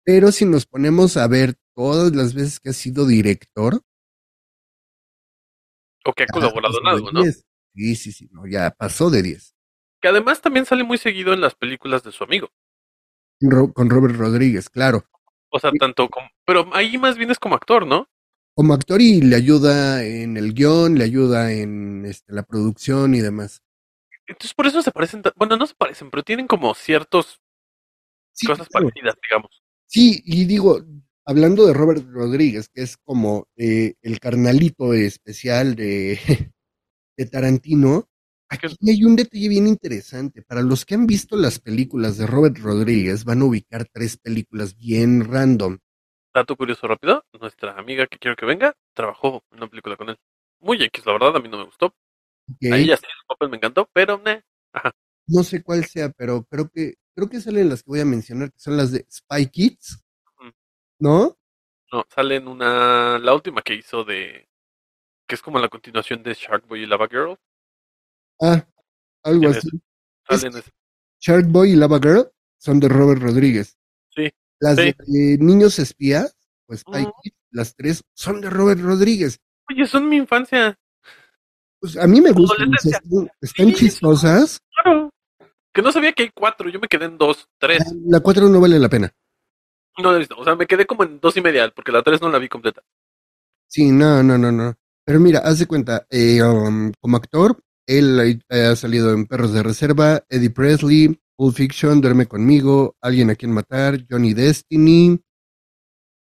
S1: Pero si nos ponemos a ver todas las veces que ha sido director,
S2: O que ha colaborado en algo, ¿no?
S1: sí, sí, sí, no, ya pasó de 10.
S2: Que además también sale muy seguido en las películas de su amigo.
S1: Ro- con Robert Rodríguez, claro.
S2: O sea, tanto como... Pero ahí más bien es como actor, ¿no?
S1: Como actor y le ayuda en el guión, le ayuda en este, la producción y demás.
S2: Entonces por eso se parecen... ta- Bueno, no se parecen, pero tienen como ciertos... cosas parecidas, digamos.
S1: Sí, y digo, hablando de Robert Rodríguez, que es como eh, el carnalito especial de, de Tarantino, aquí hay un detalle bien interesante. Para los que han visto las películas de Robert Rodríguez, van a ubicar tres películas bien random.
S2: Dato curioso rápido, nuestra amiga que quiero que venga trabajó en una película con él. Muy X, la verdad, a mí no me gustó.
S1: ¿ok?
S2: A ella sí, su papel me encantó, pero meh.
S1: No sé cuál sea, pero creo que creo que salen las que voy a mencionar, que son las de Spy Kids,
S2: Ujú.
S1: ¿no?
S2: no, sale en una... La última que hizo de... Que es como la continuación de Sharkboy y Lava Girl.
S1: Ah, algo
S2: Ya ves.
S1: así.
S2: Sale en ese-
S1: Shark Boy y Lava Girl son de Robert Rodríguez.
S2: Sí,
S1: Las
S2: sí.
S1: de eh, Niños Espías, pues Spy Kids, las tres son de Robert Rodríguez.
S2: Oye, son mi infancia.
S1: Pues a mí me gustan, o sea, están, están chistosas.
S2: Claro. Que no sabía que hay cuatro, yo me quedé en dos, tres.
S1: La cuatro no vale la pena.
S2: No la he visto. O sea, me quedé como en dos y media, porque la tres no la vi completa.
S1: Sí, no, no, no, no. Pero mira, haz de cuenta, eh, um, como actor, él eh, ha salido en Perros de Reserva, Eddie Presley, Pulp Fiction, Duerme conmigo, Alguien a quien matar, Johnny Destiny,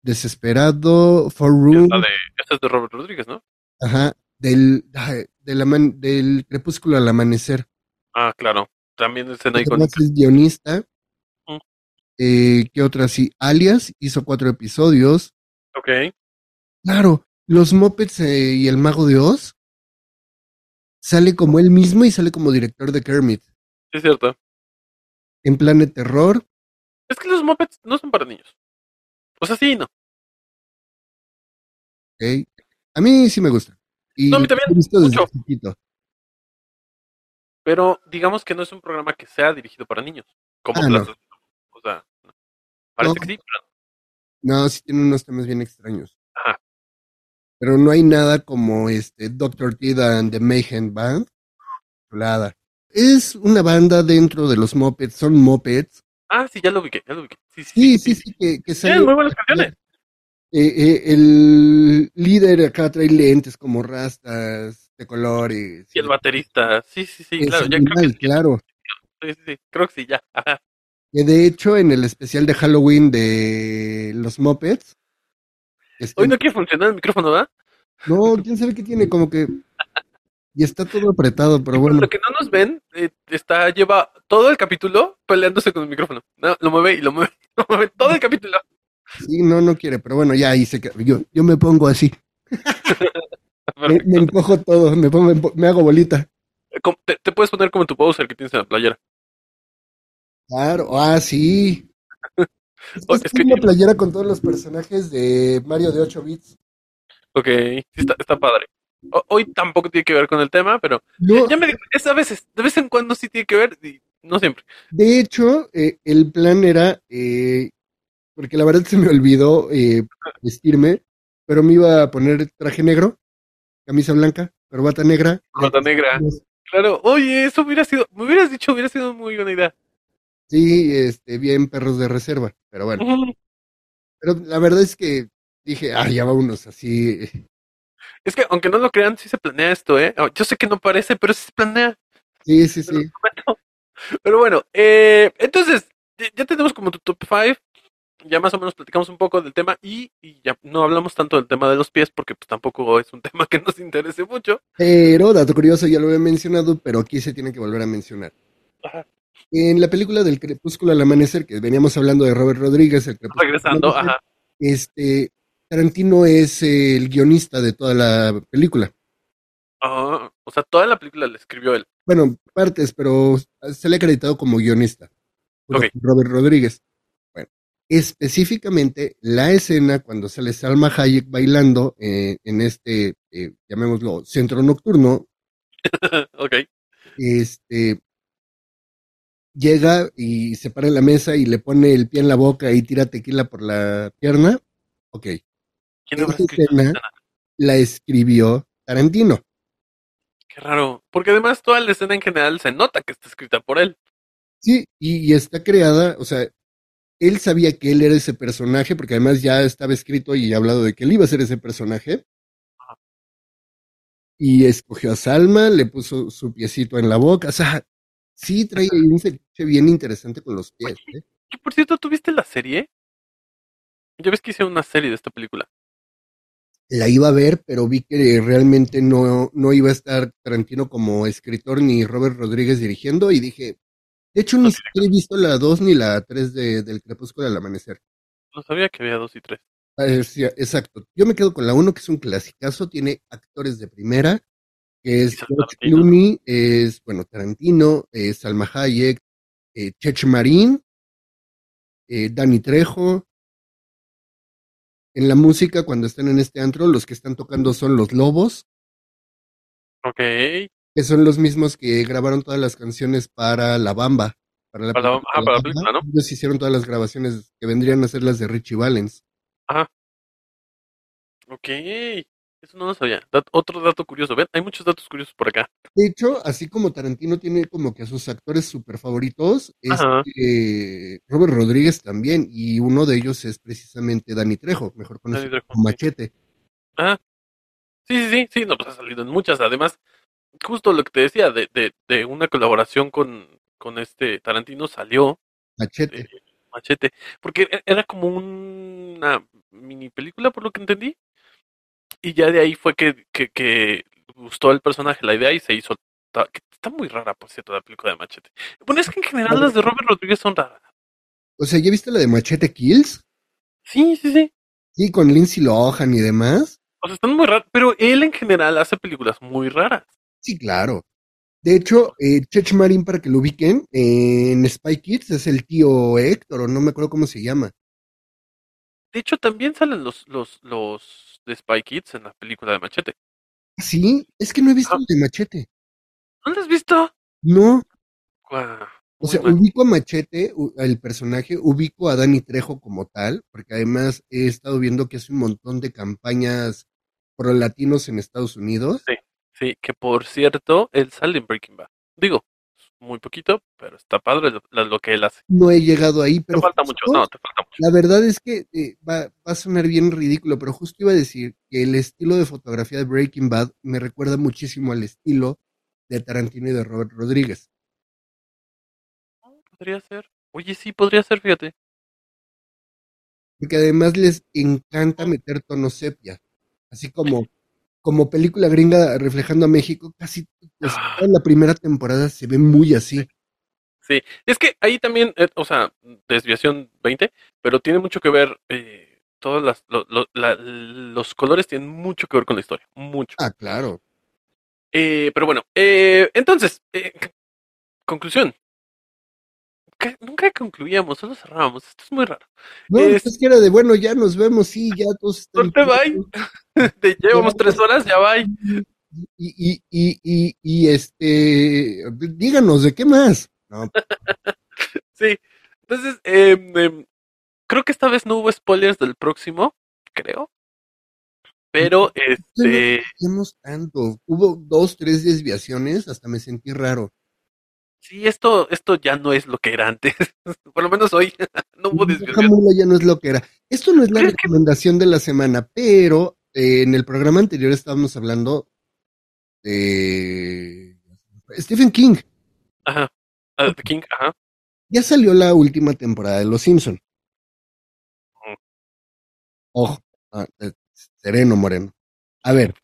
S1: Desesperado, Four Room,
S2: La de, esta es de Robert Rodríguez, ¿no?
S1: ajá, del, ay, del, aman- del crepúsculo al amanecer.
S2: Ah, claro. También escena
S1: Además
S2: icónica.
S1: es guionista.
S2: Ujú.
S1: Eh, ¿Qué otra? Sí, Alias hizo cuatro episodios.
S2: Ok.
S1: Claro, los Muppets eh, y el Mago de Oz sale como él mismo y sale como director de Kermit.
S2: Sí, es cierto.
S1: En Planet Terror,
S2: Es que los Muppets no son para niños. O sea, sí y no.
S1: ok. a mí sí me gusta. Y
S2: No, a mí también,
S1: lo he visto desde
S2: mucho.
S1: chiquito.
S2: Pero digamos que no es un programa que sea dirigido para niños. Como
S1: Ah,
S2: las-
S1: no.
S2: O sea, no. parece
S1: No.
S2: que sí, pero
S1: No, sí tiene unos temas bien extraños.
S2: Ajá.
S1: Pero no hay nada como este Dr. Tida and the Mayhem Band. Chulada. Es una banda dentro de los Muppets, son Muppets.
S2: Ah, sí, ya lo ubiqué, ya lo ubiqué. Sí,
S1: Sí,
S2: sí.
S1: sí, sí, que, que
S2: Tienen
S1: sale-
S2: muy buenas canciones.
S1: eh, eh, el líder acá trae lentes como rastas de colores.
S2: Y el baterista. Sí, sí, sí,
S1: Es
S2: claro. Ya creo que
S1: animal, claro.
S2: sí, sí, sí. Creo que sí, ya. Ajá.
S1: Que de hecho, en el especial de Halloween de los Muppets. este, está-
S2: Hoy no quiere funcionar el micrófono, ¿verdad?
S1: no, quién sabe qué tiene, como que. Y está todo apretado, pero
S2: Por
S1: bueno.
S2: pues, Lo que no nos ven, eh, está, lleva todo el capítulo peleándose con el micrófono. No, lo mueve y lo mueve, lo mueve todo el capítulo.
S1: Sí, no, no quiere, pero bueno, ya ahí se queda. Yo, yo me pongo así. Me, me empujo todo, me, pongo, me hago bolita.
S2: Com- Te, te puedes poner como tu poser que tienes en la playera.
S1: Claro, ah, sí. Es,
S2: es
S1: que una playera con todos los personajes de Mario de 8 bits.
S2: Ok, sí, está, está padre. O- hoy tampoco tiene que ver con el tema, pero ya, ya me di cuenta, es a veces, de vez en cuando sí tiene que ver, y no siempre.
S1: De hecho, eh, el plan era, eh, porque la verdad se me olvidó eh, vestirme, pero me iba a poner traje negro, camisa blanca, corbata negra.
S2: Rota negra. Claro, oye, eso hubiera sido, me hubieras dicho, hubiera sido muy buena idea.
S1: Sí, este, bien perros de reserva, pero bueno.
S2: Ujú.
S1: Pero la verdad es que dije, ah, ya vámonos así. eh,
S2: Es que aunque no lo crean, sí se planea esto, ¿eh? Yo sé que no parece, pero sí se planea.
S1: Sí, sí, sí.
S2: Pero bueno, eh, entonces, ya- ya tenemos como tu top 5. Ya más o menos platicamos un poco del tema y, y ya no hablamos tanto del tema de los pies porque pues tampoco es un tema que nos interese mucho.
S1: Pero, dato curioso, ya lo había mencionado, pero aquí se tiene que volver a mencionar.
S2: Ajá.
S1: En la película del crepúsculo al amanecer, que veníamos hablando de Robert Rodríguez, el crepúsculo al
S2: Regresando,
S1: amanecer,
S2: ajá.
S1: este Tarantino es eh, el guionista de toda la película.
S2: Ah, o sea, toda la película la escribió él.
S1: Bueno, partes, pero se le ha acreditado como guionista. junto
S2: Ok.
S1: con Robert Rodríguez. Bueno, específicamente la escena cuando sale Salma Hayek bailando eh, en este, eh, llamémoslo, centro nocturno,
S2: ok.
S1: este llega y se para en la mesa y le pone el pie en la boca y tira tequila por la pierna. Ok.
S2: ¿Quién habrá
S1: Esa
S2: escrito esa
S1: escena
S2: escena?
S1: la escribió Tarantino.
S2: Qué raro. Porque además toda la escena en general se nota que está escrita por él.
S1: Sí, y, y está creada, o sea, él sabía que él era ese personaje, porque además ya estaba escrito y hablado de que él iba a ser ese personaje. Y escogió a Salma, le puso su piecito en la boca. O sea, sí trae ahí un fetiche bien interesante con los pies. ¿eh?
S2: Que por cierto, ¿tuviste la serie? Ya ves que hice una serie de esta película.
S1: la iba a ver, pero vi que realmente no, no iba a estar Tarantino como escritor ni Robert Rodríguez dirigiendo y dije, de hecho ni siquiera he visto la 2 ni la 3 de, del Crepúsculo al Amanecer.
S2: No sabía que había dos y tres.
S1: Ah, es- sí, Exacto. Yo me quedo con la 1, que es un clasicazo, tiene actores de primera, que es George
S2: Tarantino.
S1: Clooney, es, bueno, Tarantino, es Salma Hayek, eh, Chech Marín, eh, Danny Trejo. En la música, cuando están en este antro, los que están tocando son los lobos,
S2: Ok.
S1: que son los mismos que grabaron todas las canciones para La Bamba. Para la
S2: Para la-
S1: película
S2: ajá,
S1: La
S2: para la
S1: Bamba.
S2: película, ¿no?
S1: Ellos hicieron todas las grabaciones que vendrían a ser las de Richie Valens.
S2: Ajá. Ok. Eso no lo sabía. Dat- otro dato curioso. Ven, hay muchos datos curiosos por acá.
S1: De hecho, así como Tarantino tiene como que a sus actores super favoritos,
S2: Ajá.
S1: Robert Rodríguez también, y uno de ellos es precisamente Danny Trejo, mejor conocido
S2: Trejo,
S1: como Machete.
S2: Ah. Sí, sí, sí, sí, no, pues ha salido en muchas. Además, justo lo que te decía de, de, de una colaboración con, con este Tarantino salió
S1: Machete.
S2: Machete, porque e- era como una mini película, por lo que entendí. Y ya de ahí fue que, que, que gustó el personaje, la idea, y se hizo. ta- que Está muy rara, por cierto, la película de Machete. Bueno, es que en general las de Robert Rodríguez son raras.
S1: O sea, ¿ya viste la de Machete Kills?
S2: Sí, sí, sí.
S1: Sí, con Lindsay Lohan y demás.
S2: O sea, están muy raras, pero él en general hace películas muy raras.
S1: Sí, claro. De hecho, eh, Chech Marín, para que lo ubiquen, en Spy Kids es el tío Héctor, o no me acuerdo cómo se llama.
S2: De hecho, también salen los, los, los de Spy Kids en la película de Machete.
S1: Ah, Sí, es que no he visto el de Machete.
S2: ¿No las has visto?
S1: No.
S2: Guau,
S1: O
S2: muy
S1: sea,
S2: mal.
S1: ubico a Machete, u- al personaje, ubico a Dani Trejo como tal, porque además he estado viendo que hace un montón de campañas pro latinos en Estados Unidos.
S2: Sí, sí, que por cierto, él sale en Breaking Bad. Digo, muy poquito, pero está padre lo, la- lo que él hace.
S1: No he llegado ahí, pero
S2: te falta mucho,
S1: justo,
S2: no, te falta mucho.
S1: la verdad es que eh, va, va a sonar bien ridículo, pero justo iba a decir que el estilo de fotografía de Breaking Bad me recuerda muchísimo al estilo de Tarantino y de Robert Rodríguez.
S2: Podría ser. Oye, sí, podría ser, fíjate.
S1: porque además les encanta meter tono sepia, así como como película gringa reflejando a México, casi o sea, toda la primera temporada se ve muy así.
S2: Ah. Sí, es que ahí también, eh, o sea, desviación 20, pero tiene mucho que ver, eh, todas las, lo- lo- la- los colores tienen mucho que ver con la historia, mucho.
S1: Ah, claro.
S2: Eh, pero bueno, eh, entonces, eh, conclusión. nunca, nunca concluíamos, solo cerrábamos. Esto es muy raro.
S1: No, pues,
S2: Es-
S1: es que era de bueno, ya nos vemos, sí, ya todos están-
S2: Suerte, bye. Te llevamos tres horas, ya bye.
S1: Y, y, y, y, y, este, díganos, ¿de qué más? No, pues,
S2: Sí. Entonces, em, em, creo que esta vez no hubo spoilers del próximo, creo. Pero, este.
S1: hacemos tanto. Hubo dos, tres desviaciones, hasta me sentí raro.
S2: Sí, esto, esto ya no es lo que era antes. Por lo menos hoy no hubo desviación.
S1: Jamula ya no es lo que era. Esto no es la recomendación de la semana, pero eh, en el programa anterior estábamos hablando de Stephen King.
S2: Ajá. Ah, The King, ajá.
S1: Ya salió la última temporada de Los Simpson. Ojo, ah, eh, sereno moreno. A ver,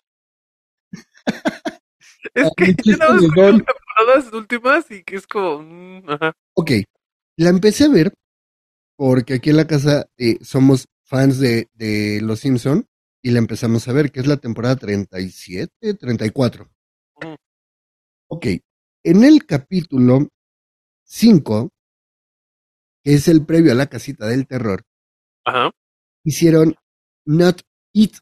S2: Es que yo nada más escucho las temporadas últimas y que es como. mm, ajá.
S1: ok, la empecé a ver porque aquí en la casa eh, somos fans de, de Los Simpson y la empezamos a ver, que es la temporada 37, 34.
S2: Mm.
S1: Ok, en el capítulo 5, que es el previo a la casita del terror,
S2: Ajá.
S1: hicieron Not It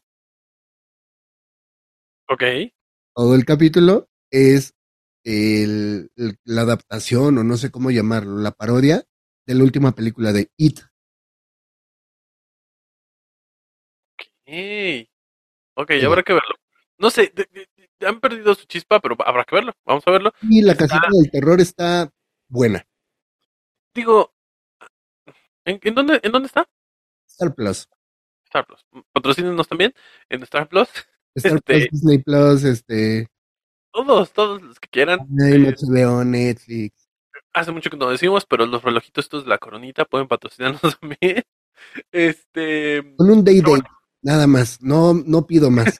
S2: Ok.
S1: todo el capítulo es el- el- la adaptación, o no sé cómo llamarlo, la parodia de la última película de It.
S2: Ey. Ok, habrá que verlo. No sé, de- de- de- han perdido su chispa, pero habrá que verlo. Vamos a verlo.
S1: Y la
S2: Ah.
S1: casita del terror está buena.
S2: Digo, ¿en, en dónde, ¿en dónde está?
S1: Star Plus.
S2: Star Plus. Patrocínenos también en Star Plus.
S1: Star
S2: Este,
S1: Plus, Disney Plus, este,
S2: todos, todos los que quieran.
S1: Prime, HBO, Netflix.
S2: Hace mucho que no decimos, pero los relojitos estos de la coronita pueden patrocinarnos también. Este,
S1: Con un day day, nada más. No, no pido más.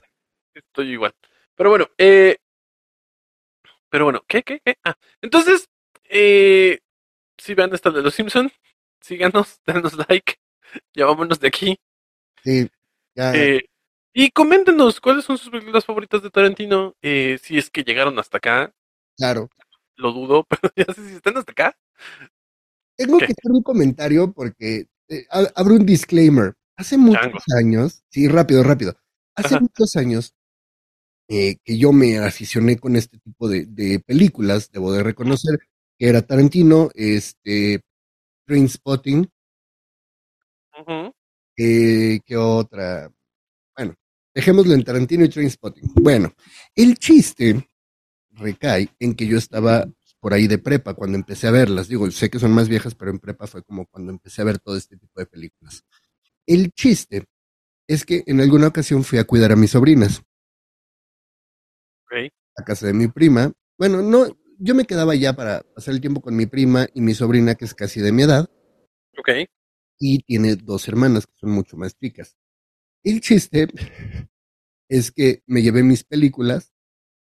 S2: estoy igual. Pero bueno, eh, pero bueno, ¿qué, qué, qué? Ah, entonces, eh, si vean esta de los Simpson, síganos, danos like, ya vámonos de aquí.
S1: Sí, ya.
S2: Eh, y coméntenos cuáles son sus películas favoritas de Tarantino. Eh, si es que llegaron hasta acá,
S1: Claro.
S2: lo dudo, pero ya sé si están hasta acá.
S1: Tengo
S2: ¿Qué?
S1: que hacer un comentario porque eh, a- abro un disclaimer. Hace muchos
S2: Chango.
S1: años, sí, rápido, rápido. Hace
S2: Ajá.
S1: muchos años eh, que yo me aficioné con este tipo de, de películas, debo de reconocer, que era Tarantino, este, Trainspotting,
S2: Ujú.
S1: eh, ¿qué otra? Bueno, dejémoslo en Tarantino y Trainspotting. Bueno, el chiste recae en que yo estaba por ahí de prepa cuando empecé a verlas. Digo, sé que son más viejas, pero en prepa fue como cuando empecé a ver todo este tipo de películas. El chiste es que en alguna ocasión fui a cuidar a mis sobrinas
S2: Ok.
S1: a casa de mi prima. Bueno, no, yo me quedaba ya para pasar el tiempo con mi prima y mi sobrina, que es casi de mi edad.
S2: Ok.
S1: y tiene dos hermanas que son mucho más chicas. El chiste es que me llevé mis películas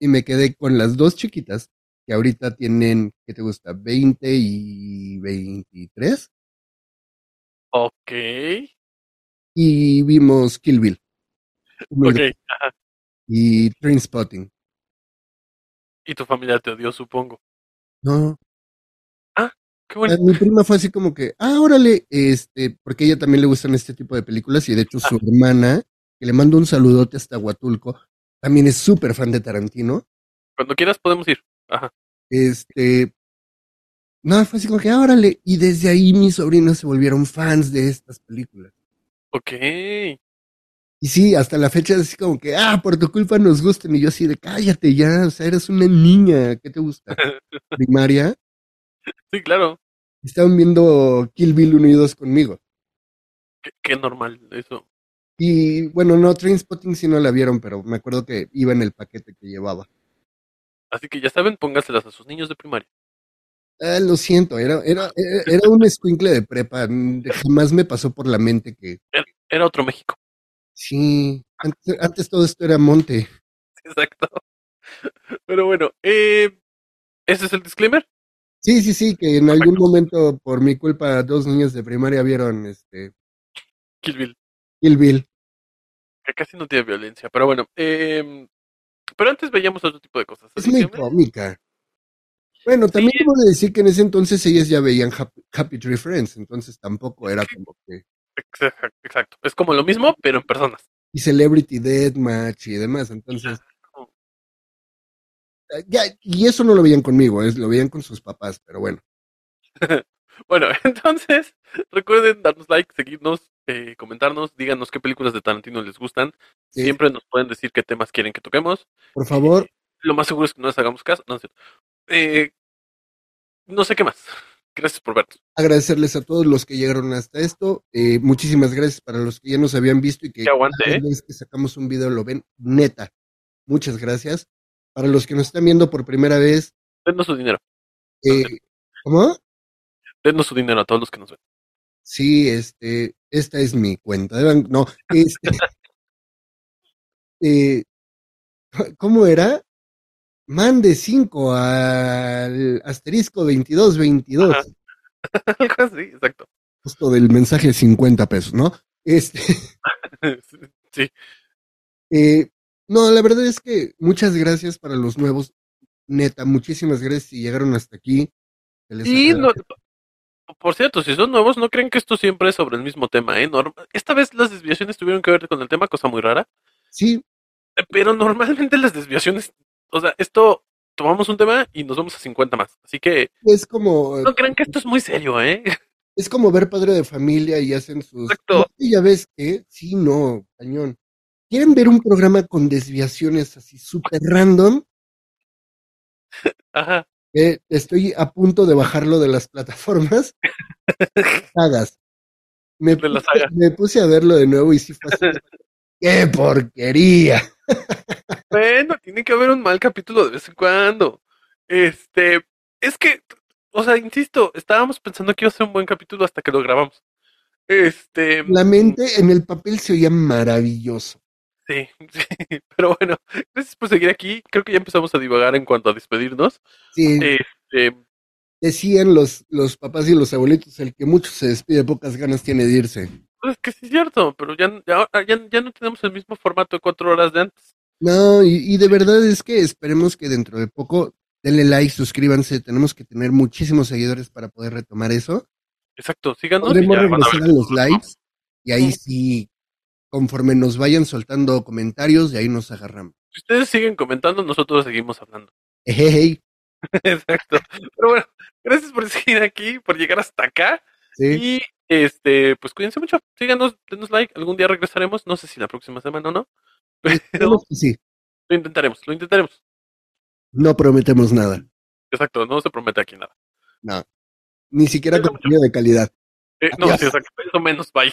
S1: y me quedé con las dos chiquitas que ahorita tienen, ¿qué te gusta? 20 y 23.
S2: Ok.
S1: Y vimos Kill Bill.
S2: Ok.
S1: Y Trainspotting.
S2: Y tu familia te odió, supongo.
S1: No,
S2: Qué bueno.
S1: Eh, Mi prima fue así como que, ah, órale, este, porque a ella también le gustan este tipo de películas y de
S2: Ah.
S1: hecho su hermana, que le mando un saludote hasta Huatulco, también es súper fan de Tarantino.
S2: Cuando quieras podemos ir. Ajá.
S1: Este, no, fue así como que, ah, órale, y desde ahí mis sobrinos se volvieron fans de estas películas.
S2: Ok.
S1: Y sí, hasta la fecha así como que, ah, por tu culpa nos gustan. Y yo así de, cállate ya, o sea, eres una niña, ¿qué te gusta? Primaria.
S2: Sí, claro.
S1: Estaban viendo Kill Bill unidos conmigo.
S2: Qué, qué normal eso.
S1: Y bueno, no, Trainspotting sí no la vieron, pero me acuerdo que iba en el paquete que llevaba.
S2: Así que ya saben, póngaselas a sus niños de primaria.
S1: Ah, lo siento, era, era, era era un escuincle de prepa. mm, Jamás me pasó por la mente que
S2: Era, era otro México.
S1: sí, antes, antes todo esto era monte.
S2: Exacto. Pero bueno, eh, ese es el disclaimer.
S1: Sí, sí, sí, que en algún momento por mi culpa dos niños de primaria vieron este
S2: Kill Bill.
S1: Kill Bill.
S2: que casi no tiene violencia, pero bueno. em, pero antes veíamos otro tipo de cosas.
S1: Es
S2: así
S1: muy
S2: que-
S1: cómica. Bueno, también debo de decir que en ese entonces ellas ya veían Happy, Happy Tree Friends, entonces tampoco era como que...
S2: Exacto, exacto. Es como lo mismo, pero en personas.
S1: Y Celebrity Deathmatch y demás, entonces... eh, Ya, y eso no lo veían conmigo, es, lo veían con sus papás, pero bueno.
S2: Bueno, entonces, recuerden darnos like, seguirnos, eh, comentarnos, díganos qué películas de Tarantino les gustan.
S1: Sí.
S2: Siempre nos pueden decir qué temas quieren que toquemos.
S1: eh, Por favor,
S2: Lo más seguro es que no les hagamos caso. No, es cierto. Eh, no sé qué más. Gracias por vernos.
S1: agradecerles a todos los que llegaron hasta esto. Eh, muchísimas gracias para los que ya nos habían visto y que
S2: Que aguante,
S1: cada
S2: ¿eh?
S1: vez que sacamos un video lo ven neta. Muchas gracias. Para los que nos están viendo por primera vez,
S2: Denos su dinero.
S1: eh, ¿cómo?
S2: Denos su dinero a todos los que nos ven.
S1: Sí, este, esta es mi cuenta de banco. No, este, eh, ¿cómo era? Mande 5 al asterisco 2222.
S2: Ajá. Algo así, exacto.
S1: Justo del mensaje 50 pesos, ¿no? Este.
S2: Sí.
S1: Eh, no, la verdad es que muchas gracias para los nuevos. Neta, muchísimas gracias si llegaron hasta aquí. Se les
S2: Y no-
S1: agradece.
S2: por cierto, si son nuevos, no creen que esto siempre es sobre el mismo tema, ¿eh? Norm- Esta vez las desviaciones tuvieron que ver con el tema, cosa muy rara.
S1: Sí,
S2: Eh, Pero normalmente las desviaciones, o sea, esto tomamos un tema y nos vamos a 50 más. Así que
S1: es como,
S2: no crean que esto es muy serio, ¿eh?
S1: es como ver padre de familia y hacen sus.
S2: Exacto.
S1: Y ya ves que, sí, no, cañón. ¿Quieren ver un programa con desviaciones así súper random?
S2: Ajá.
S1: Eh, estoy a punto de bajarlo de las plataformas. Sagas. Me,
S2: De la
S1: puse-
S2: saga.
S1: me puse a verlo de nuevo y sí fue así. ¡Qué porquería!
S2: Bueno, tiene que haber un mal capítulo de vez en cuando. Este, es que, o sea, insisto, estábamos pensando que iba a ser un buen capítulo hasta que lo grabamos. Este,
S1: La mente en el papel se oía maravilloso.
S2: sí, sí, pero bueno, gracias por seguir aquí. Creo que ya empezamos a divagar en cuanto a despedirnos.
S1: Sí,
S2: Este,
S1: decían los, los papás y los abuelitos, el que mucho se despide, pocas ganas tiene de irse.
S2: pues que sí es cierto, pero ya, ya, ah, ya- ya no tenemos el mismo formato de cuatro horas de antes.
S1: No, y, y de verdad es que esperemos que dentro de poco denle like, suscríbanse, tenemos que tener muchísimos seguidores para poder retomar eso.
S2: Exacto, síganos. y
S1: Podremos
S2: ya van a
S1: regresar
S2: ver.
S1: a los likes y ahí sí, conforme nos vayan soltando comentarios, de ahí nos agarramos.
S2: Si ustedes siguen comentando, nosotros seguimos hablando.
S1: Ejejey,
S2: Exacto. Pero bueno, gracias por seguir aquí, por llegar hasta acá.
S1: sí.
S2: Y este, pues cuídense mucho, síganos, denos like, algún día regresaremos, no sé si la próxima semana o no, pero
S1: Esperemos que sí,
S2: lo intentaremos, lo intentaremos.
S1: no prometemos nada,
S2: Exacto, no se promete aquí nada.
S1: ni siquiera
S2: Cuídense
S1: contenido de calidad.
S2: Eh, no,
S1: Adiós.
S2: sí, exacto, eso menos, bye.